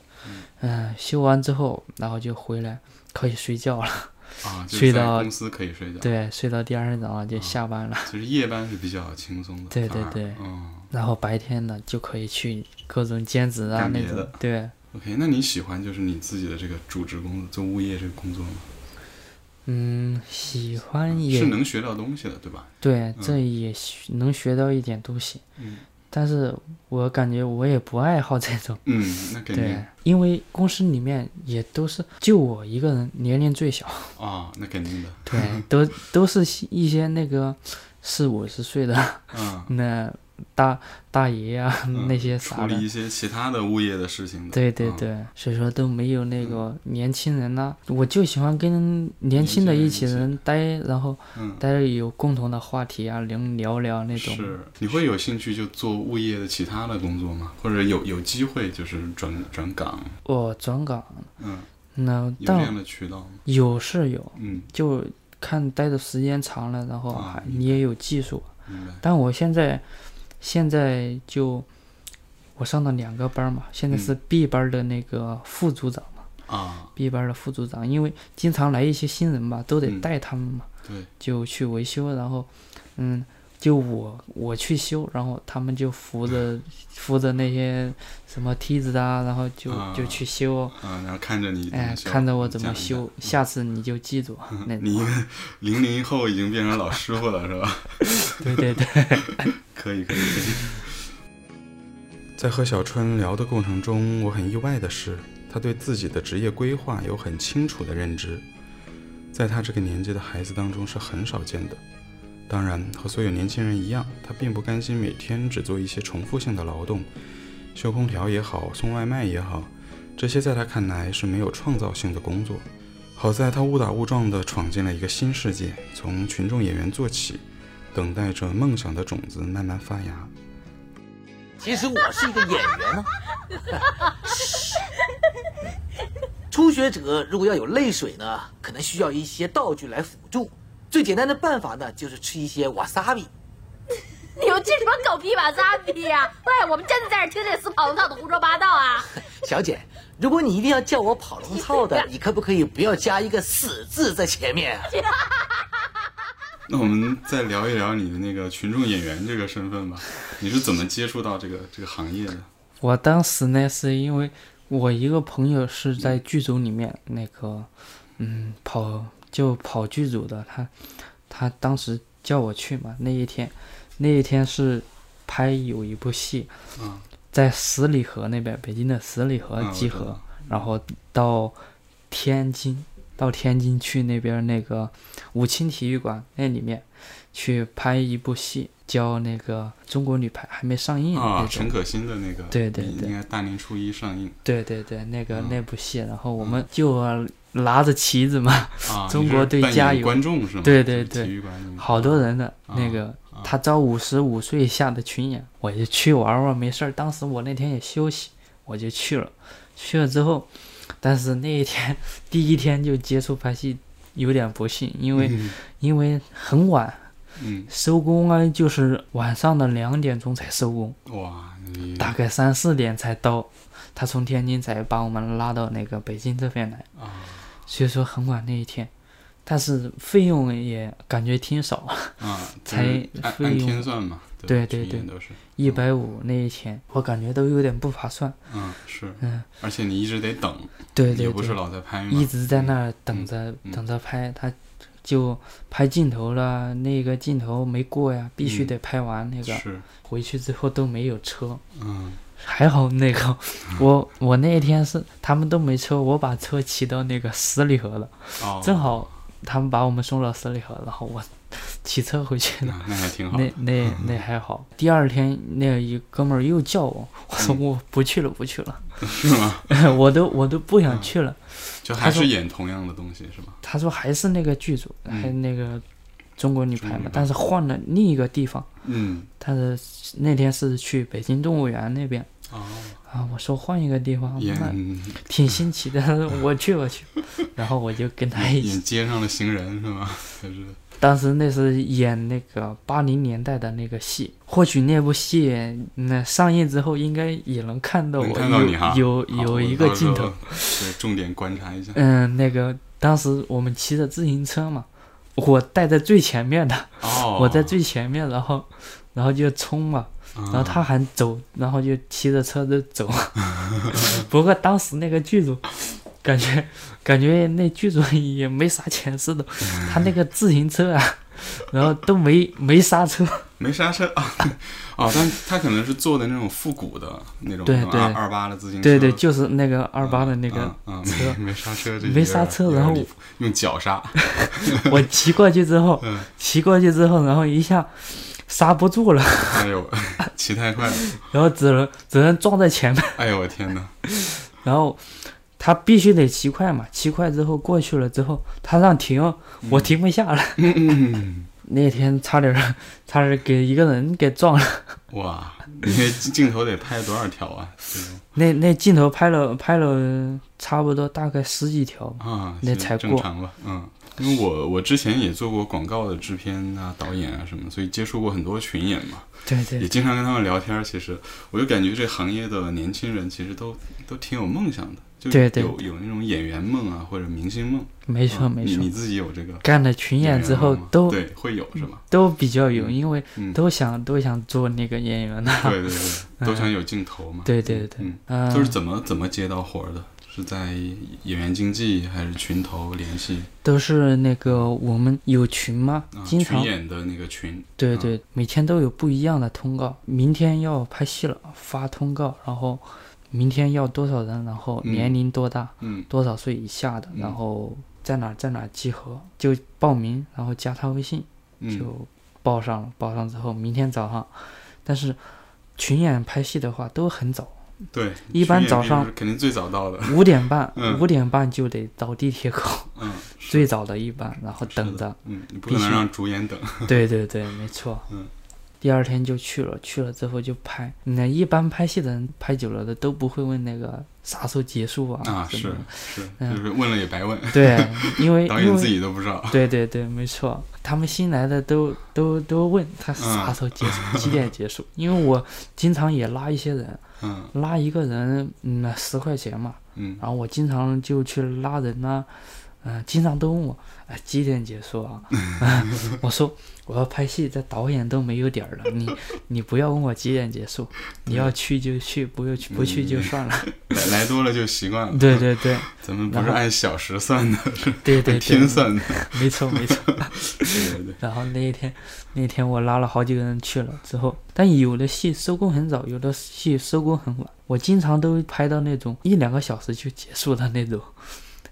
嗯、修完之后然后就回来可以睡觉了， 啊，就是睡在到公司可以睡觉。，对，睡到第二天早上啊就下班了，其实夜班是比较轻松的。对对反而对嗯然后白天呢就可以去各种兼职啊干那别种的，对。 ，OK，那你喜欢就是你自己的这个主职工作，做物业这个工作吗？嗯，喜欢嗯也是能学到东西的，对吧？对，这也学能学到一点东西，嗯但是我感觉我也不爱好这 种。嗯，那肯定对，因为公司里面也都是就我一个人，年龄最小， 啊，那肯定的，对，都都是一些那个四五十岁的嗯，那大大爷啊，嗯那些处啥理的，一些其他的物业的事情的。对对嗯对，所以说都没有那个年轻人呐、我就喜欢跟年轻的一起年轻人人待，然后嗯，待着有共同的话题啊，能聊聊那种。是，你会有兴趣就做物业的其他的工作吗？或者有有机会就是转转岗，我哦转岗，嗯，那有这样但的渠道吗？有是有，嗯，就看待的时间长了，然后啊还明你也有技术。明白。但我现在现在就我上了两个班儿嘛，现在是嗯 B 班儿的那个副组长嘛、啊， b 班儿的副组长，因为经常来一些新人吧，都得嗯带他们嘛，对，就去维修，然后嗯。就我我去修，然后他们就扶着扶着那些什么梯子啊，然后就就啊去修，嗯，然后看着你怎哎么，修，看着我怎讲么一讲修，下次你就 记住啊那你种。 零零后已经变成老师傅了，是吧？对对对，可以，可以，可以。 在和小春聊的过程中，我很意外的是，他对自己的职业规划有很清楚的认知，在他这个年纪的孩子当中是很少见的。当然，和所有年轻人一样，他并不甘心每天只做一些重复性的劳动，修空调也好，送外卖也好，这些在他看来是没有创造性的工作。好在他误打误撞地闯进了一个新世界，从群众演员做起，等待着梦想的种子慢慢发芽。其实我是一个演员呢、初学者如果要有泪水呢，可能需要一些道具来辅助。最简单的办法呢，就是吃一些瓦萨比。 你们这什么狗屁马撒逼呀、喂，我们真的在这听这死跑龙套的胡说八道啊！小姐，如果你一定要叫我跑龙套的，你可不可以不要加一个“死”字在前面啊？那我们再聊一聊你的那个群众演员这个身份 吧，你是怎么接触到这个这个行业的？我当时呢是因为我一个朋友是在剧组里面那个，嗯，跑就跑剧组的，他他当时叫我去嘛，那一天那一天是拍有一部戏，嗯在十里河那边，北京的十里河嗯我集知道合，然后到天津，到天津去那边那个武清体育馆那里面去拍一部戏，叫那个《中国女排》，还没上映那啊，种。陈可辛的那个，嗯对对对应该大年初一上映对对对，那个、嗯那部戏，然后我们就呃拿着旗子嘛，啊。中国队你是扮演加油观众是吗？对对就是对体育馆里面好多人的啊那个啊，他招五十五岁以下的群演，我就去玩玩，没事儿。当时我那天也休息，我就去了。去了之后，但是那一天第一天就接触拍戏，有点不幸，因为、嗯因为很晚嗯，收工啊，就是晚上的两点钟才收工，哇，你大概三四点才到。他从天津才把我们拉到那个北京这边来。啊，所以说很晚那一天，但是费用也感觉 挺少，啊，就才是按费按用天算嘛，对吧对去年对都是，一百五那一天，我感觉都有点不划算。嗯是，嗯，而且你一直得等，对你对又不是对，老在拍一嘛，直在那儿等着、嗯等着拍，他就拍镜头了，那个镜头没过呀，必须嗯得拍完那个。是，回去之后都没有车，嗯还好那个 我我那一天是他们都没车，我把车骑到那个十里河了，哦，正好他们把我们送到十里河，然后我骑车回 去了。那那还挺好嗯那的，那那还好，第二天那一哥们儿又叫我，我说嗯我不去了，不 去了，是 吗？我都我都不想去了。嗯就他还是说演同样的东西是吧？他说还是那个剧组，嗯还那个中国女排中国女嘛排，但是换了另一个地方。嗯但是那天是去北京动物园那边哦，啊，我说换一个地方，演那挺新奇的，我去我 去，然后我就跟他一起演。街上的行人是吗？还是当时那是演那个八零年代的那个戏，或许那部戏那上映之后，应该也能看到我能看到有你哈有好有我一个到时镜候头。 对，重点观察一下。嗯，那个当时我们骑着自行车嘛，我带在最前面的，哦，我在最前面，然后然后就冲嘛，嗯，然后他还走，然后就骑着车就 走。不过当时那个剧组，感觉感觉那剧组也没啥钱似的，他那个自行 车啊，然后都没没刹车。没刹车 啊，哦，但他可能是坐的那种复古的那种对那种对二二八的自行车，对对，就是那个二嗯八的那个嗯嗯车没没刹车，这没有刹点车有然点后离谱用脚 刹，我骑过去之后嗯，骑过去之后，然后一下刹不住了，哎呦， 骑太快了，然后只能只能撞在前面，哎呦我天 哪，然后他必须得骑快嘛，骑快之后过去了之后，他让停，我停不下来，嗯嗯， 那天差点儿 差点儿给一个人给撞了， 哇，你那镜头得拍多少条啊？这种那那镜头拍了拍了差不多大概十几条吧，啊，那行才正过常吧，嗯，因为我我之前也做过广告的制片啊、导演啊什么，所以接触过很多群演嘛，对也对经常跟他们聊天儿。其实，我就感觉这行业的年轻人其实都都挺有梦想的，就对对有有那种演员梦啊，或者明星梦。没没错没哦你错你，自己有这个干了群演演员之后梦吗都对会有是吧？都比较有，嗯因为嗯，都想都想做那个演员的，对 对对，都想有镜头嘛。对对对嗯，嗯，就是怎么怎么接到活儿的？是在演员经纪还是群头联系？都是那个我们有群嘛啊，，经群常演的那个群。对嗯对，每天都有不一样的通告，明天要拍戏了发通告，然后明天要多少人，然后嗯年龄多大。嗯，多少岁以下的，嗯然后在哪儿在哪儿集合就报名，然后加他微信嗯就报上了。报上之后，明天早上，但是群演拍戏的话都很早，对，一般群演早就是上肯定最早到的，五点半嗯，五点半就得到地铁口，嗯，最早的一班，然后是等的着。，嗯，你不必可能须让主演等， 对对对，没错。嗯第二天就去了，去了之后就拍。那一般拍戏的人拍久了的都不会问那个啥时候结束啊啊，什是么的是，嗯就是问了也白问，对，因 为导因演为自己都不知道。对对对，没错，他们新来的都都都问他嗯啥时候结束，几点结束？因为我经常也拉一些人，嗯拉一个人嗯十块钱嘛，嗯，然后我经常就去拉人呐、嗯、经常都问我哎几点结束啊？ 我说我要拍戏，这导演都没有点儿了，你你不要问我几点结束，你要去就去，不要去不去就算了。 来来多了就习惯了。对对对 咱们不然是后按小时算的，是对按对天对， 算的。没错没错。对对对，然后那一天，那天我拉了好几个人去了之后，但有的戏收工很早，有的戏收工很晚。我经常都拍到那种一两个小时就结束的那种，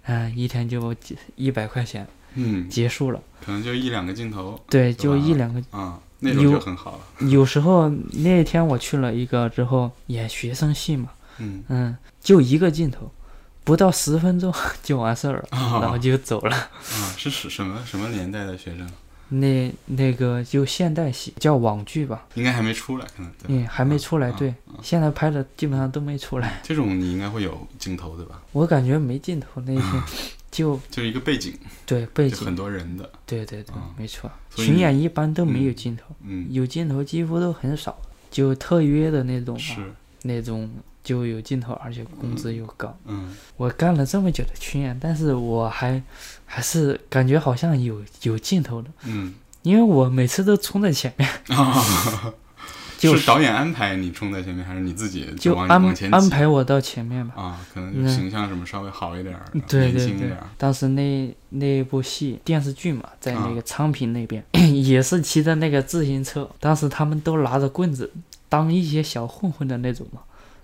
嗯，一天就一百块钱嗯，结束了。可能就一两个镜头对，吧就一两个。啊，那种就有很好了。有时候那一天我去了一个之后演学生戏嘛，嗯嗯，就一个镜头，不到十分钟 就完事儿了，然后啊就走了。啊，是什什么什么年代的学生？那那个就现代戏叫网剧吧，应该还没出来，可能对吧。嗯，还没出来，嗯对，现在拍的基本上都没出来。这种你应该会有镜头对吧？我感觉没尽头那一天，就就是一个背景，对背嗯就很景，多人的。对对对啊，没错。所以巡你演一般都没有嗯镜头，嗯，有镜头几乎都很少，就特约的那种、啊，是。那种就有劲头，而且工资又高。嗯，我干了这么久的群演，但是我还还是感觉好像有有劲头的， 嗯，因为我每次都冲在前面，啊，就是导演安排你冲在前面，还是你自己就往安往前挤安排我到前面吧。啊？可能就形象什么稍微好一点儿，然后对年对轻一对点儿，当时那那部戏电视剧嘛，在那啊个昌平那边、 也是骑着那个自行车，当时他们都拿着棍子当一些小混混的那种嘛，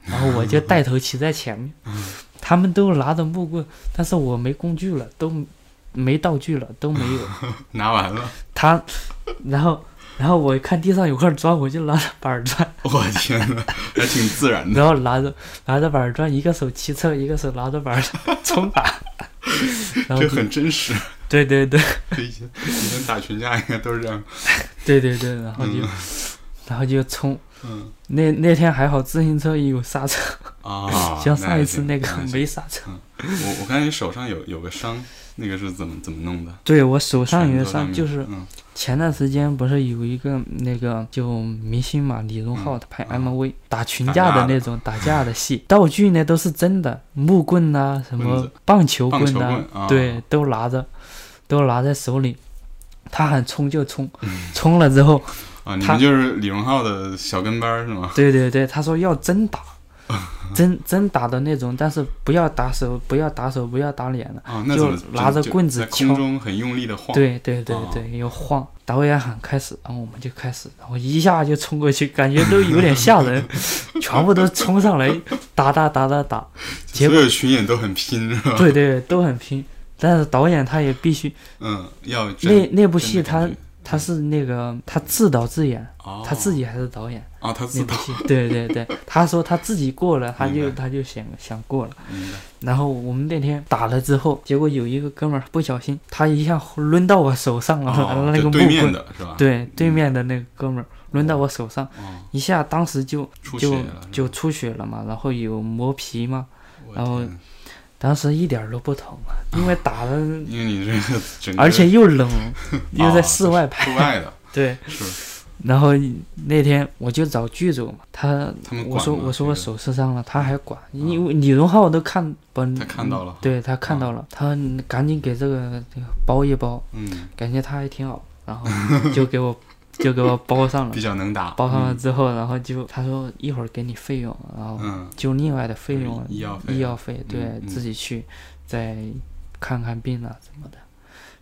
然后我就带头骑在 前面，嗯他们都拿着木棍，但是我没工具了，都没道具了，都没有。拿完了， 他，然后然后我看地上有块砖，我就拿着板砖，我天呐，还挺自然的。然后拿着拿着板砖，一个手骑车，一个手拿着板 砖冲板，然后这就很真实，对对对。以前以前打群架应该都是这样。对对对，然后就、 然后就冲。嗯那那天还好，自行车也有刹车，啊，像上一次那那嗯还个行没。刹车。那还行我我看你手上有有个伤，那个是怎么怎么弄的？对我手上有拳个头上伤，面就是嗯前段时间不是有一个那个就明星嘛，李荣浩他拍 MV、打群嗯啊打架架的那的种打架的戏， 道具呢都是真的，木棍呐、什棍么子棒球棒球呐、棍啊对，都拿着，都拿在手里。他喊冲就冲，嗯冲了之后， 啊，你他们就是李荣浩的小跟班儿是吗？对对对，他说要真 打，真真打的那种，但是不要打手，不要打手，不要打脸了。啊，那就怎么拿着就棍子在空敲中很用力的晃？对对对哦对，要晃。导演喊开始，然后我们就开始，然后一下就冲过去，感觉都有点 吓人，全部都冲上来，打打打打打。结所果有群演都很拼是吧？对对都很拼，但是导演他也必须嗯，要真那那部真的戏感他觉他是那个他自导自演，哦他自己还是导演。啊，他自那部导戏，对对对，他说他自己过了，他明就白他就想想过了。明白然后我们那天打了之后，结果有一个哥们儿不小心，他一下抡到我手上了，哦 那就个木对面棍，的是吧？，对对面的那个哥们儿抡到我手上，哦，一下当时就出血就了是吧就出血了嘛，然后有磨皮嘛，我然后天当时一点儿都不疼 啊，因为打的，因为你这个整个而且 又冷，又在哦室外户拍，外的，对。是然后那天我就找剧组嘛，他他们管我说吗我这说我个啊手受伤了，他还管，因为李荣浩都看把他看啊到了对他看到了，他赶紧给这个这个包一包，嗯，感觉他还挺好，然后就 给我就给我包上了比，较能打，包上了嗯之后，然后就他说一会儿给你费用，然后嗯就另外的费就是用医药费医药费，对嗯嗯自己去再看看病啊什么的，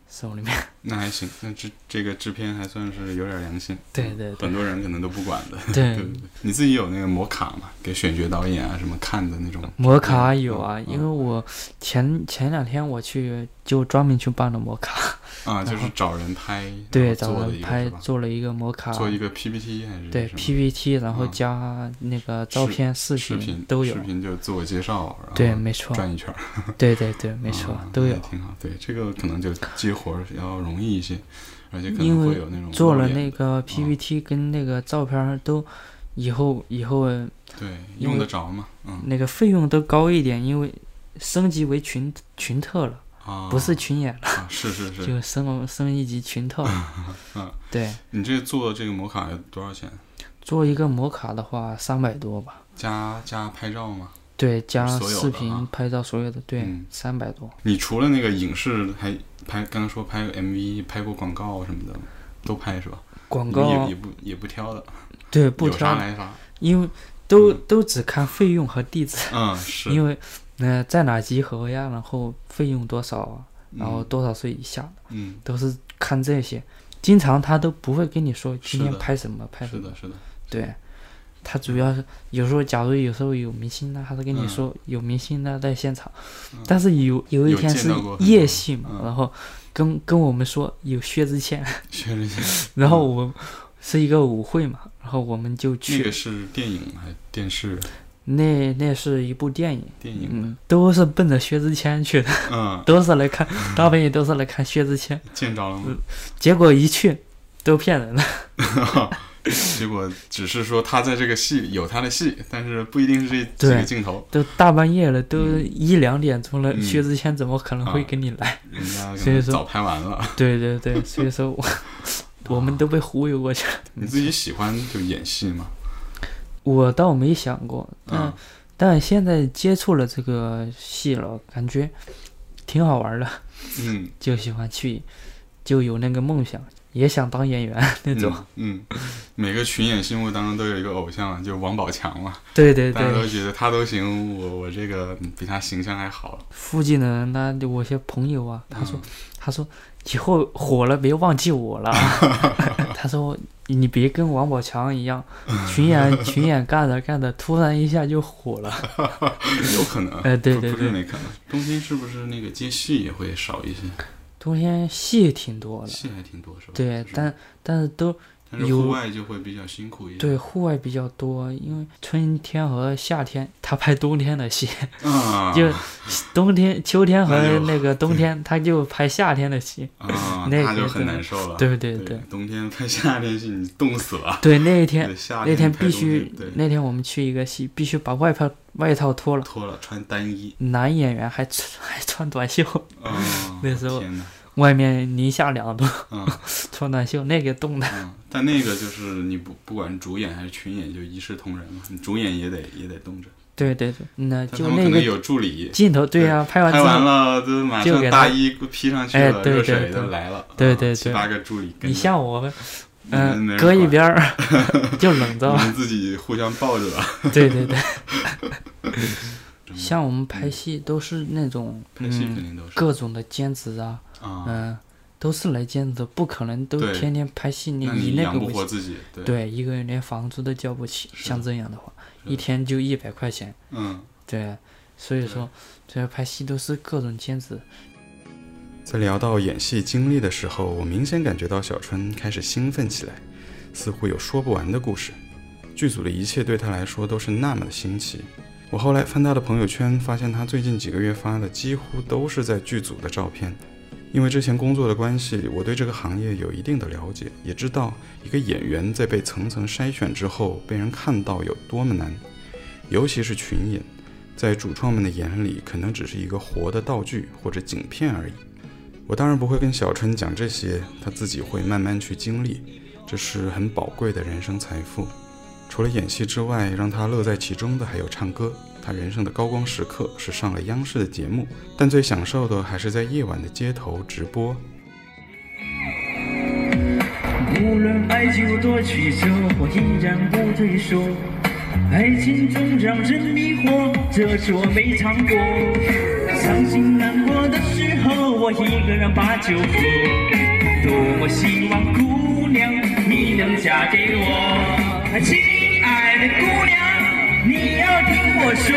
手里面 那还行，那这这个制片还算是有点良心，对对对很多人可能都不管的， 对对对。你自己有那个摩卡嘛？给选角导演啊什么看的那种摩卡有啊，嗯嗯因为我前前两天我去就专门去办了摩卡，啊，就然是后找人拍，然后对，找做的人一个拍是吧做了一个摩卡，做一个 PPT 还是对什么 PPT，然后嗯加那个照视片、视视频都有视，频嗯就自我介绍，然后对，没错，转一圈儿，对对对，没错啊，都那有也。挺好。对，这个可能就接活儿要容易一些，而且可因能会为有那种做露了脸那的个 PPT 跟那个照片儿都，以后以后对因用为得着嘛，嗯那个费用都高一点，因为升级为群群特了，啊，不是群演了，啊，是是是，就升了升一级群 特了。嗯，对，你这做这个摩卡要多少钱？做一个摩卡的话，三百多吧。加加拍照吗？对，加所有的视频啊、拍照所有的，对嗯，三百多。你除了那个影视，还拍刚刚说拍 MV、拍过广告什么的，都拍是吧？广你告们也也不也不挑的，对不有啥挑，来啥。因为都都只看费用和地址，嗯，是，因为呃在哪集合呀，然后费用多少啊，然后多少岁以下的嗯，都是看这些。经常他都不会跟你说是今天的拍什么拍嗯什是么的，，是的，对。他主要是有时候，假如有时候有明星啊呢，他是跟你嗯说有明星呢在现场，但是有有一有天见是到过很夜多戏嘛，嗯然后跟跟我们说有薛之谦， 确实是。然后我是一个舞会嘛，然后我们就那个去，是电影还是电视？那那是一部电影，电影的，嗯，都是奔着薛之谦去的，嗯，都是 来看，大半夜都是来看薛之谦，见着了吗？结果一去都骗人了，结果只是说他在这个戏里有他的戏，但是不一定是这几对个镜头，都大半夜了，都一两点钟了，嗯薛之谦怎么可能会啊跟你来？人家可所以能说早拍完了。 对对对，所 以说我我们都被忽悠过去了。你自己喜欢就演戏吗？我倒没想过，但、嗯，但现在接触了这个戏了，感觉挺好玩的，嗯就喜欢去，就有那个梦想，也想当演员 那种。嗯，嗯每个群演心目当中都有一个偶像，就王宝强嘛，对对大家都对，觉得他都行，我我这个嗯比他形象还好。附近的人，那就我些朋友啊，他说、嗯他说以后火了别忘记我 了， 他说你别跟王宝强一样，群 演群演干着干着，突然一下就火了。有可能，哎对对不不是对没可能。冬天是不是那个接戏也会少一些？冬天戏挺多的，戏还挺多是吧？对就，是但但是都但是有户外就会比较辛苦一点。对户外比较多，因为春天和夏天他拍冬天的戏，啊，就冬天、秋天和那就那个冬天他就拍夏天的戏，啊， 那那个就很对难受了。对对对对，冬天拍夏天戏你冻死了。对那一天对，夏那天天拍必冬须天对那天我们去一个戏，必须把外套外套脱了，脱了穿单衣。男演员还穿 还穿短袖，啊， 那时候天哪，外面零下两度，啊 穿短袖那个冻的。啊！但那个就是你不不管主演还是群演，就一视同仁嘛，你主演也得也得冻着。对对对，那但就他们那可能个有助理，镜头，对呀，拍完之拍完后，了就马就上给大他衣披上去哎了，对热对水对都来了，对啊对七对八个助理跟你着像我们，你们没嗯，人隔一管 边儿就冷着你了。们自己互相抱着 吧。 对对对，真的像我们拍戏都是那种，拍戏肯嗯，定都是各种的兼职啊，啊，嗯，都是来兼职，不可能都对天天拍戏，你那以你那养个不活为，自己，对，对，一个人连房租都交不起，像这样的话，是一的天就一百块钱，嗯。对，所以对说，这拍戏都是各种兼职，在聊到演戏经历的时候，我明显感觉到小春开始兴奋起来，似乎有说不完的故事。剧组的一切对他来说都是那么的新奇。我后来翻他的朋友圈，发现他最近几个月发的几乎都是在剧组的照片。因为之前工作的关系，我对这个行业有一定的了解，也知道一个演员在被层层筛选之后被人看到有多么难，尤其是群演，在主创们的眼里，可能只是一个活的道具或者景片而已。我当然不会跟小春讲这些，他自己会慢慢去经历，这是很宝贵的人生财富。除了演戏之外，让他乐在其中的还有唱歌。他人生的高光时刻是上了央视的节目，但最享受的还是在夜晚的街头直播。无论爱情有多曲折，我依然不退缩。爱情总让人迷惑，这是我没尝过。伤心难过的时候，我一个人把酒喝。多么希望姑娘你能嫁给我，亲爱的姑娘，你要听我说，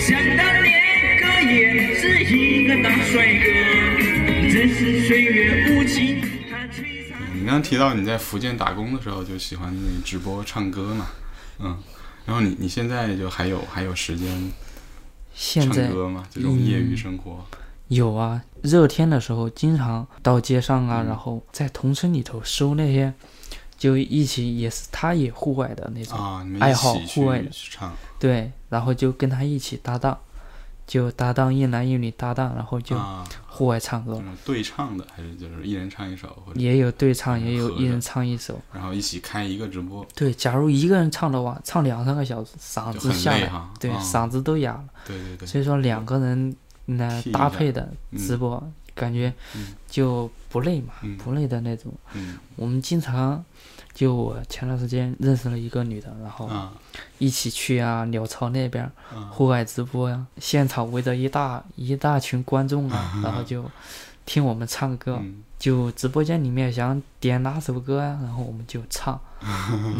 想当年哥也是一个大帅哥，只是岁月无情，他摧残。你刚刚提到你在福建打工的时候就喜欢那直播唱歌嘛，嗯，然后你你现在就还有还有时间现唱在嗯歌吗？这种业余生活，有啊，热天的时候经常到街上嗯啊，然后在同村里头收那些，就一起也是他也户外的那种，啊，你们一爱好起户外去的去唱，对，然后就跟他一起搭档，就搭档一男一女搭档，然后就啊，户外唱歌，那种嗯对唱的，还是就是一人唱一首，或者也有对唱，也合有着一人唱一首。然后一起开一个直播，对，假如一个人唱的话，唱两三个小时，嗓就子很下累来，哈对，嗯嗓子都哑了。对对对，所以说两个人呢替一搭下配的直嗯播，感觉嗯就不累嘛，嗯不累的那种。嗯我们经常就我前段时间认识了一个女的，然后啊一起去啊鸟巢那边啊户外直播呀、现场围着一大一大群观众啊，然后就听我们唱歌，嗯就直播间里面想点哪首歌啊，然后我们就 唱，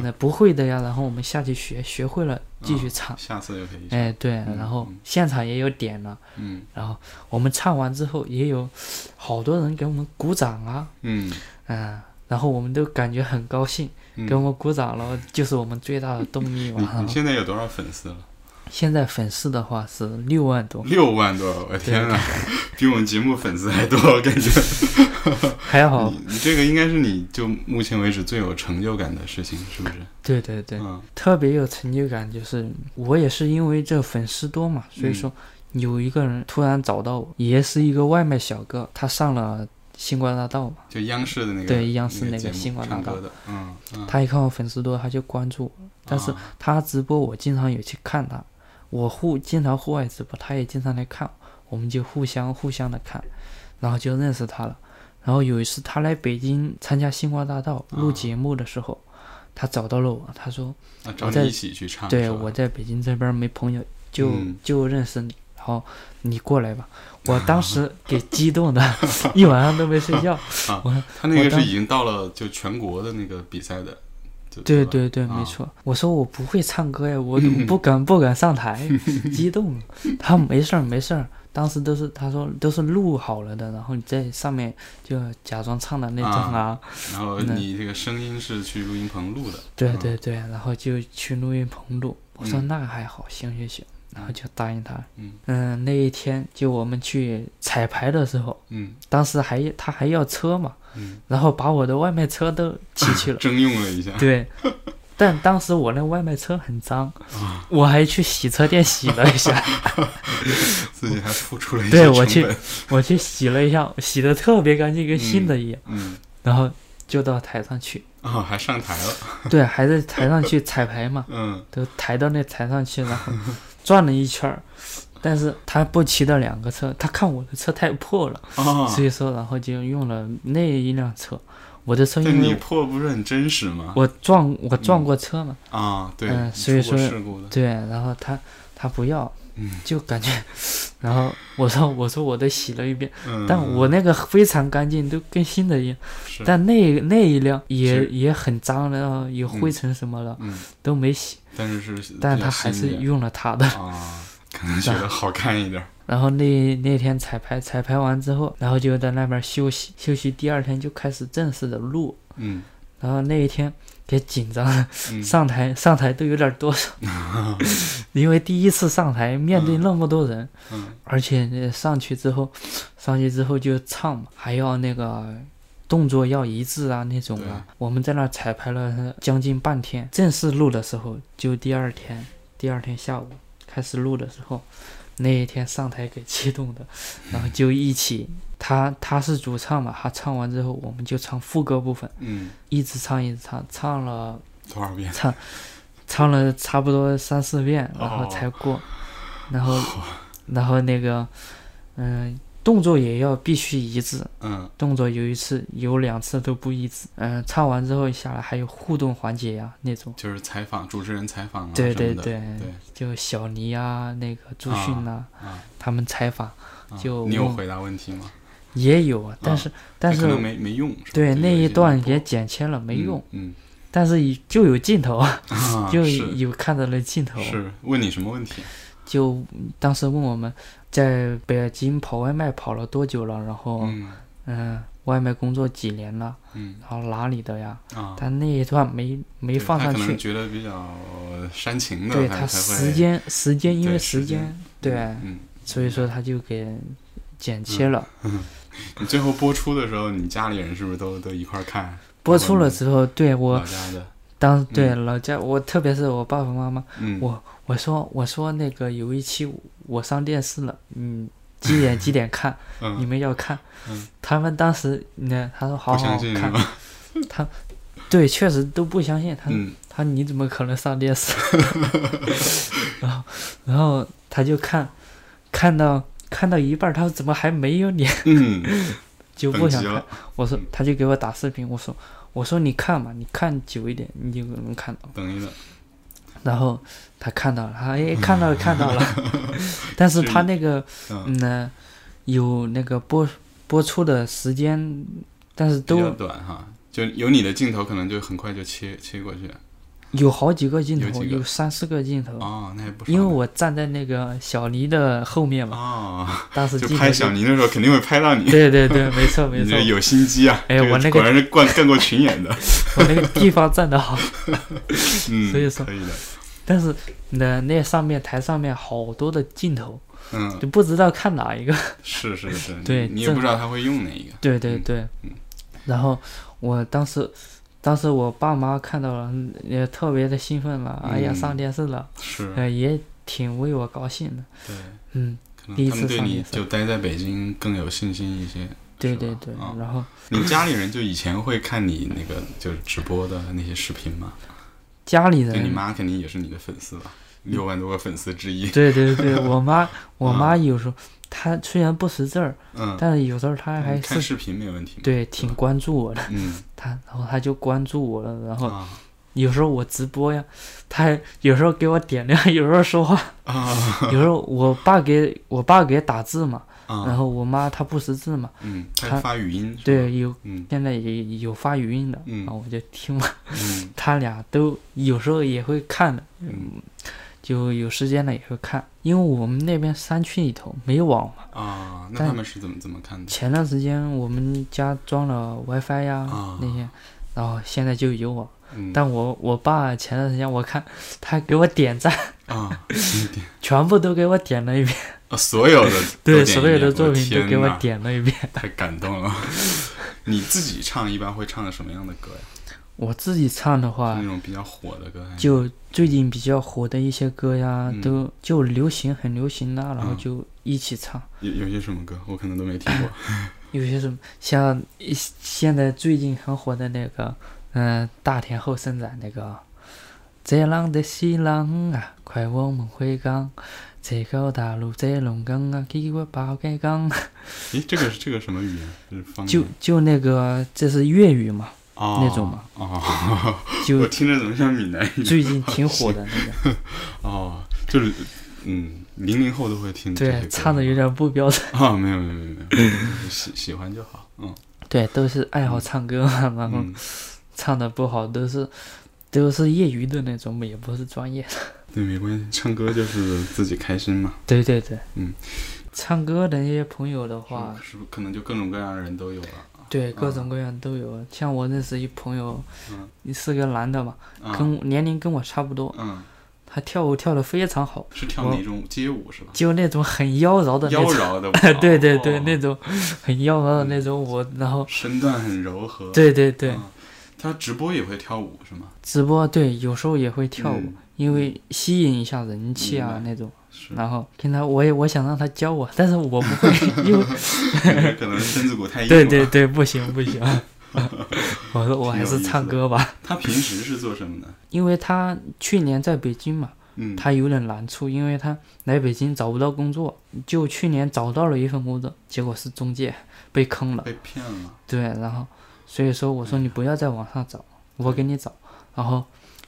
那不会的呀，然后我们下去学，学会了嗯继续唱。下次又可以唱，哎，对，然后现场也有点了，嗯然后我们唱完之后也有好多人给我们鼓掌啊，嗯，嗯，然后我们都感觉很高兴，嗯给我们鼓掌了，就是我们最大的动力嘛。你然你后现在有多少粉丝了？现在粉丝的话是六万多，六万多，我的天 呐，比我们节目粉丝还多，我感觉。还好，你你这个应该是你就目前为止最有成就感的事情，是不是？对对对，嗯特别有成就感。就是我也是因为这粉丝多嘛，所以嗯说有一个人突然找到我，也是一个外卖小哥，他上了《星光大道》嘛，就央视的那个对央视那那个节目新闻唱大道歌的，嗯嗯，他一看我粉丝多，他就关注我，但是啊他直播我经常有去看他。我户经常户外直播，他也经常来看，我们就互相互相的看，然后就认识他了。然后有一次他来北京参加星光大道啊录节目的时候，他找到了我，他说那找我在你一起去唱，对，啊是吧我在北京这边没朋友，就、嗯就认识你，然后你过来 吧。我当时给激动的， 一晚上都没睡觉。我他那我个当是已经到了就全国的那个比赛的，就对吧对对，啊没错。我说我不会唱歌 呀，我不敢不敢上台，激动了。他没事儿没事儿，当时都是他说都是录好了的，然后你在上面就假装唱的那种啊啊。然后那你这个声音是去录音棚录的，对嗯对对，然后就去录音棚录。我说嗯那还好，行行行，然后就答应他。嗯那一天就我们去彩排的时候，嗯，当时还他还要车嘛，嗯然后把我的外卖车都骑去了。征用了一下， 对，但当时我那外卖车很脏，啊我还去洗车店洗了 一下，自己还付出了一些对我成去本，我去洗了一下，洗的特别干净，跟新的一样。嗯，然后就到台 上去，哦，还上台了，对，还在台上去彩排嘛。嗯都抬到那台上去，然后转了一圈儿。但是他不骑到两个车，他看我的车太破了，啊，所以说然后就用了那一辆车。我的车但因你嗯为破不是很真实吗？我撞我撞过车嘛，啊，对，嗯你所以出过说事故的，对，然后他他不要嗯，就感觉， 然后我说我说我都洗了一遍，嗯，但我那个非常干净，都跟新的一样。是但那那一辆也是也很脏，然后有灰嗯尘什么的嗯，都没洗，但是是，但他还是用了他的。啊，可能觉得好看一点儿，然后那那天彩排，彩排完之后，然后就在那边休息，休息第二天就开始正式的录。嗯然后那一天也紧张了，嗯，上台上台都有点 哆嗦，因为第一次上台面对那么多人，嗯而且那上去之后，上去之后就唱嘛，还要那个。动作要一致啊，那种啊，我们在那彩排了将近半天。正式录的时候就第二天，第二天下午开始录的时候，那一天上台给激 动的，然后就一起，他他是主唱嘛，他唱完之后我们就唱副歌部分，嗯，一直唱一直唱，唱了多少遍？唱唱了差不多三四遍，然后哦才过，然后然后那个嗯、动作也要必须一致，嗯动作有一次有两次都不一致，嗯、唱完之后下来还有互动环节呀、那种，就是采访主持人采访啊什对么对的，对对就小尼啊那个朱迅呐、啊他们采访啊就你有用回答问题吗？也有，啊，但啊是、但可是能没没用，是吧对就那有一些段播也剪切了没用，，嗯，但是以就有镜头，嗯啊 就是有看到了镜头，是问你什么问题？就当时问我们在北京跑外卖跑了多久了，然后嗯、嗯外卖工作几年了，嗯然后哪里的呀？啊，他那一段没没对放他上可能去，觉得比较呃煽情的，对他他才时会间时间因对为时时间间对，嗯，所以说他就给剪切了。你最后播出的时候，你家里人是不是都都一块儿看？包播出括了你之后，对我老家的，当对老家，我特别是我爸爸妈妈，嗯，我我说我说那个有一期我上电视了，嗯，几 点几点看？你嗯，们要看？嗯他们当时呢，他说好不好好相信是看，吧？他对，确实都不相信他。嗯他说你怎么可能上电视？ 然后然后他就看，看到看到一半儿，他说怎么还没有你？嗯， 就不等想急看了。，我说嗯他就给我打视频，我说我说你看嘛，你看久一点，你就能看到。等一等，然后他看到了，他哎看到了看到了， 但是他那个嗯，嗯呢，有那个播播出的时间，但是比较都短哈，就有你的镜头，可能就很快就切切过去。有好几个镜有头，几个有三四个镜头。哦，那也不少因为呢我站在那个小尼的后面嘛，哦，当时就镜头拍小就尼的时候肯定会拍到你。 对对对，没错没你错这，有心机啊！哎这我那个果然是干干过群演的，我那个地方站得好，嗯， 所以说可以的，但是那那上面台上面好多的镜头，嗯就，不知道看哪一个。是是是，对你你也正不知道他会用哪一个，对对嗯对嗯，然后我当时，当时我爸妈看到了，嗯也特别的兴奋了，哎呀，嗯上电视了，是，呃，也挺为我高兴的，对，嗯，可能第一他们次对上你电视就待在北京更有信心一些。对是吧对对，啊然后你家里人就以前会看你那个就是直播的那些视频吗？家里就你人妈肯定也是你的粉丝吧？六万多个粉丝之一。对对对，我妈我妈有时候她虽然不识字儿，啊嗯，但是有时候她还看是视频没问题。，对挺关注我的，嗯她然后她就关注我了，然后啊有时候我直播呀，她还有时候给我点亮， 有时候说话， 啊有时候我爸给我爸给打字嘛，然啊！后我妈她不识字嘛，嗯，他他发语音。，对，有嗯现在也有发语音的，嗯然后我就听嘛，嗯他俩都有时候也会看的，嗯就有时间了也会看，因为我们那边山区里头没网嘛。啊，那但他们是怎么怎么看的？前段时间我们家装了 WiFi 呀、啊那些，然后现在就有网。嗯，但我我爸前段时间我看他给我点赞，啊，经典全部都给我点了一遍，啊，所有的对都点一所有遍的作品都给我，天点了一遍。哪太感动了。 你自己唱一般会唱的什么样的歌呀？我自己唱的话那，种比较火的歌还是？就最近比较火的一些歌呀，嗯都就流行很流行的，然后嗯就一起唱。有有些什么歌我可能都没听过。有些什么像一现在最近很火的那个，嗯、大田后生仔那个，这浪的西浪啊，快我们回港，这个大陆这龙岗啊，给我把盖港，咦，这个是这个什么语言？这是方言就就那个这是粤语嘛，哦那种吗？哦， 我就听着怎么像闽南语？最近挺火的那个，哦，就是嗯，零零后都会听这些对，歌唱的有点不标准，啊，没有没有没有没有，喜喜欢就好。嗯对，都是爱好唱歌嘛，然后嗯，唱的不好都是都是业余的那种，也不是专业的。 对，没关系，唱歌就是自己开心嘛。对对对，嗯，唱歌的那些朋友的是啊话不，是不可能就各种各样的人都有了。对各种各样都有。像我认识一朋友，是个男的嘛，嗯啊跟年龄跟我差不多，嗯，他跳舞跳得非常好，是跳哪种街舞是吧？就那种很妖娆的那妖种，，娆的 对对对，哦嗯那种很妖娆的那种舞，然后身段很柔和。对对对，啊，他直播也会跳舞是吗？ 直播对有时候也会跳舞嗯，因为吸引一下人气啊明白那种。是，然后跟他，我也我想让他教我，但是我不 会，因为可能身子骨太硬了。对对对，不行 不行，我说我还是唱歌吧，他平时是做什么的？因为他去年在北京嘛，嗯，他有点难处，因为他来北京找不到工作，就去年找到了一份工作，结果是中介被坑了，被骗了。对，然后所以说我说你不要在网上找，我给你找，然后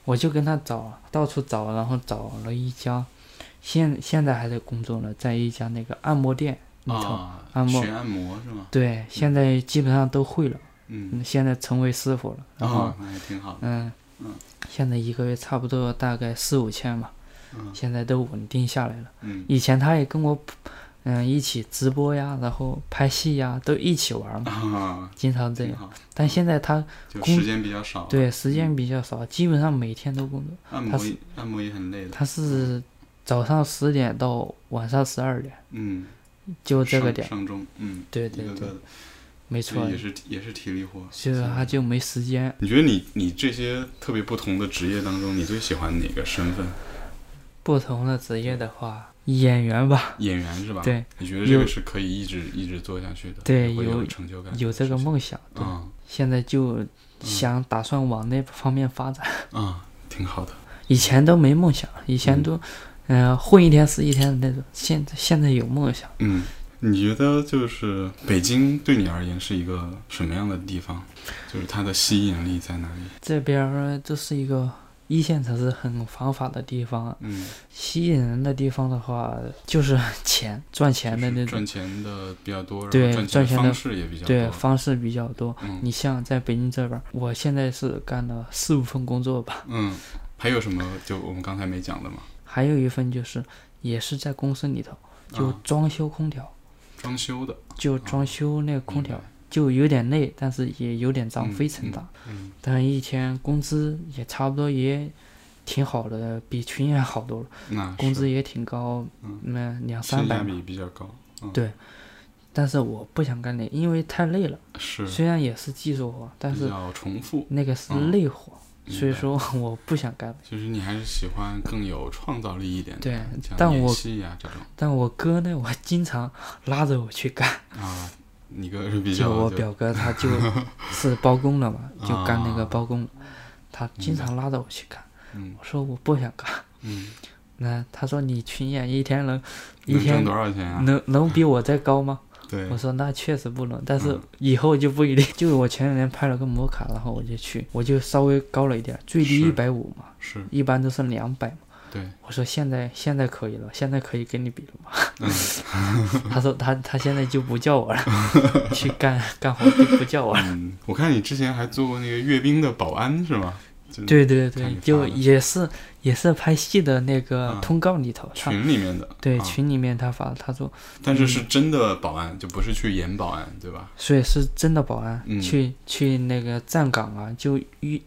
我就跟他找，到处找，然后找了一家，现现在还在工作呢，在一家那个按摩店里头，啊，按摩学按摩是吗？对，现在基本上都会了，嗯，嗯现在成为师傅了，然后。哦，那还挺好的。嗯嗯，现在一个月差不多大概四五千吧，嗯现在都稳定下来了。嗯以前他也跟我，嗯，一起直播呀，然后拍戏呀，都一起玩嘛，啊，经常这挺样。好，但现在他就工时间比较少。，啊对时间比较少，基本上每天都工作。按他摩是也按摩也很累的。他是早上十点到晚上十二点，嗯，就这个上点，上钟，嗯，对一对个对个的，没所错啊以也。是嗯也是体力活。所以说他就没时间。你觉得你你这些特别不同的职业当中，你最喜欢哪个身份？不同的职业的话，演员吧，演员是吧？对，你觉得这个有是可以一直一直做下去的，对会有成就感，有这个。梦想，对，啊现在就想打算往那方面发展。啊，挺好的。以前都没梦想，以前嗯都，嗯、混一天是一天的那种。现在现在有梦想，嗯，你觉得就是北京对你而言是一个什么样的地方？就是它的吸引力在哪里？这边儿这是一个一线城市很繁华的地方，嗯，吸引人的地方的话就是 钱，赚钱的就那是赚，种钱的比较多，然后对赚赚钱的方式也比较多。对方式比较多。嗯你像在北京这边儿，我现在是干了四五份工作吧，嗯，还有什么就我们刚才没讲的吗？还有一份就是也是在公司里头，就啊装修空调，装修的，就装修那个空调明白，就有点累，但是也有点脏，嗯非常大。嗯但一天工资也差不多，也挺好的，比群演好多了，那工是资也挺高，嗯嗯，两性三百价吧。比比较高。嗯，对但是我不想干累，因为太累了。是虽然也是技术活，但比是较重复，那个是嗯累活，明所以白说我不想干。就是你还是喜欢更有创造力一点的，对像但演我戏呀、这种但我哥呢，我经常拉着我去干。啊，你哥是比较就我就表哥他 就是包工的嘛，就干那个啊包工，他经明白常拉着我去干。嗯我说我不想干，嗯那他说你群演一天能一能挣天多少钱啊？能能比我再高吗？对我，说那确实不能，但是嗯以后就不一定。 就是我前两天拍了个摩卡，然后我就去，我就稍微高了一点，最低是一百五嘛，是，一般都是两百嘛。对，我说现在现在可以了，现在可以跟你比了吗？嗯， 他说他他现在就不 叫我了，去干干活就不叫我了。嗯，我看你之前还做过那个阅兵的保安是吗？就对对看对你，发就的也是也是拍戏的那个啊通告里头，他群里面的，对啊，群里面他发，他说但是嗯是真的保安，就不是去演保安，对吧？所以是真的保安、嗯去去那个站岗啊，就遇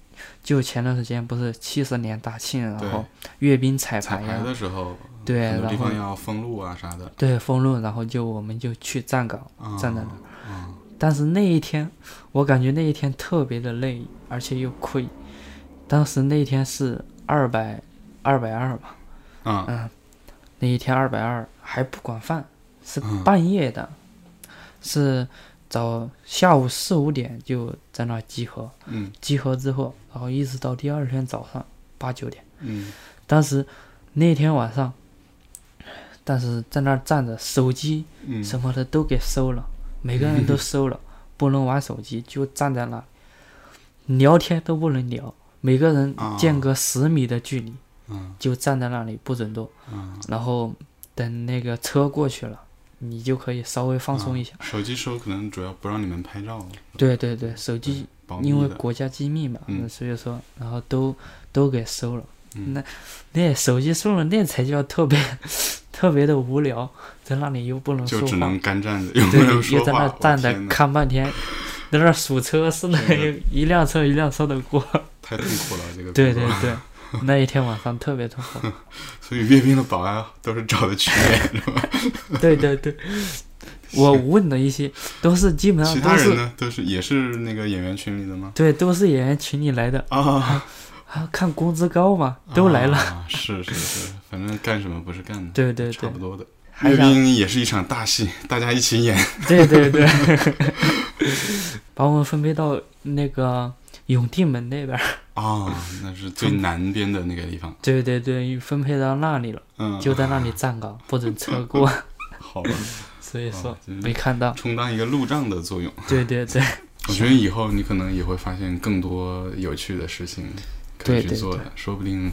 就前段时间不是七十年大庆，然对后阅兵彩彩排呀、排的时候，对很多地然后方要封路啊啥的，对封路，然后就我们就去站岗，啊站在那儿。啊，但是那一天，我感觉那一天特别的累，而且又困。当时那一天是二百二百二吧，啊，嗯，那一天二百二还不管饭，是嗯半夜的，是早下午四五点就在那儿集合，嗯集合之后，然后一直到第二天早上八九点。嗯，当时那天晚上，但是在那儿站着，手机嗯什么的都给 收了，每个人都收了，不能玩手机，就站在那里，聊天都不能聊，每个人啊间隔十米的距离，嗯就站在那里不准动。嗯，然后等那个车过去了，你就可以稍微放松一下。手机收可能主要不让你们拍照，对对对，手机保密因为的，国家机密嘛，嗯所以说，然后都都给收了。嗯那那手机收了，那才叫特别 特别的无聊，在那里又不能说就话，只能干站着，又不对，能说又在那话，站我着天呐看半天，在那数车似的这，个又一辆车一辆车的过。太痛苦了，这个对工对作对，那一天晚上特别痛 苦。所以阅兵的保安都是找的群演， 是吧？对对对，我问的一些都是基本上其都他人是呢，都是也是那个演员群里的吗？对，都是演员群里来的 啊，啊，看工资高嘛，都来了。啊是是是，反正干什么不是干的，对对差对不，多的。还阅想兵也是一场大戏，大家一起演。对对对， 把我们分配到那个永定门那边儿。 哦，那是最南边的那个地方，对对对，分配到那里了，嗯，就在那里站岗，不准车过。 好 吧，所以说哦真是没看到。充当一个路障的作用。对对对，我觉得以后你可能也会发现更多有趣的事情可以对去对做的，说不定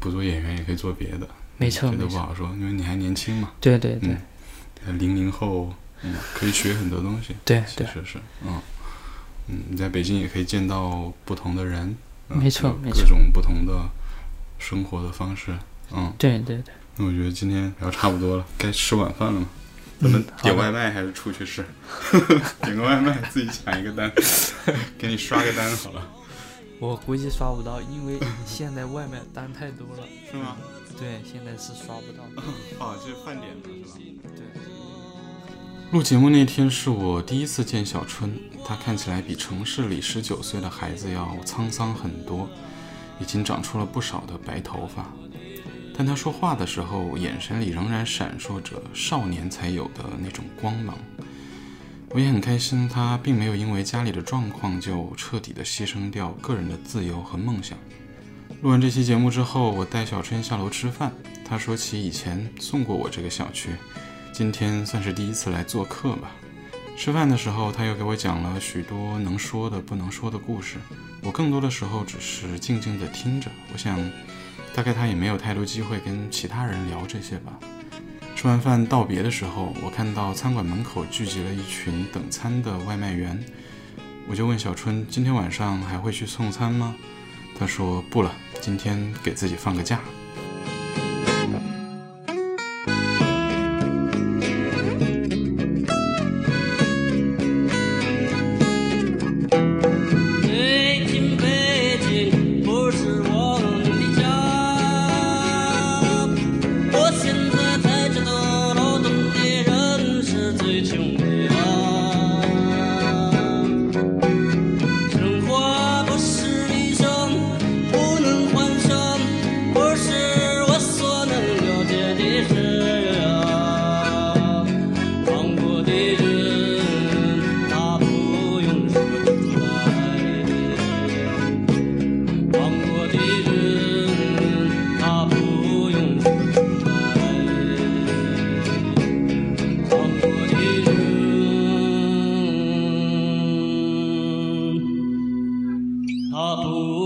不做演员也可以做别的，没错这都没不错。好说，因为你还年轻嘛，对对对嗯零零后，嗯，可以学很多东西，对其对，实是，嗯嗯，你在北京也可以见到不同的人，嗯没错有没各错种不同的生活的方式，嗯，对对对。那我觉得今天聊差不多了，该吃晚饭了吗？嗯咱们点外卖还是出去吃？ 点个外卖，自己抢一个单，给你刷个单好了，我估计刷不到，因为现在外面单太多了。是吗？对，现在是刷不到。哦，这是饭点了是吧？对。录节目那天是我第一次见小春，她看起来比城市里十九岁的孩子要沧桑很多，已经长出了不少的白头发。但她说话的时候，眼神里仍然闪烁着少年才有的那种光芒。我也很开心，她并没有因为家里的状况就彻底的牺牲掉个人的自由和梦想。录完这期节目之后，我带小春下楼吃饭，她说起以前送过我这个小区，今天算是第一次来做客吧。吃饭的时候，他又给我讲了许多能说的、不能说的故事。我更多的时候只是静静地听着。我想，大概他也没有太多机会跟其他人聊这些吧。吃完饭道别的时候，我看到餐馆门口聚集了一群等餐的外卖员，我就问小春：“今天晚上还会去送餐吗？”他说：“不了，今天给自己放个假。”北京，北京不是我的家。我现在才知道，劳动的人是最穷的啊。生活不是一生不能换上，不是啊不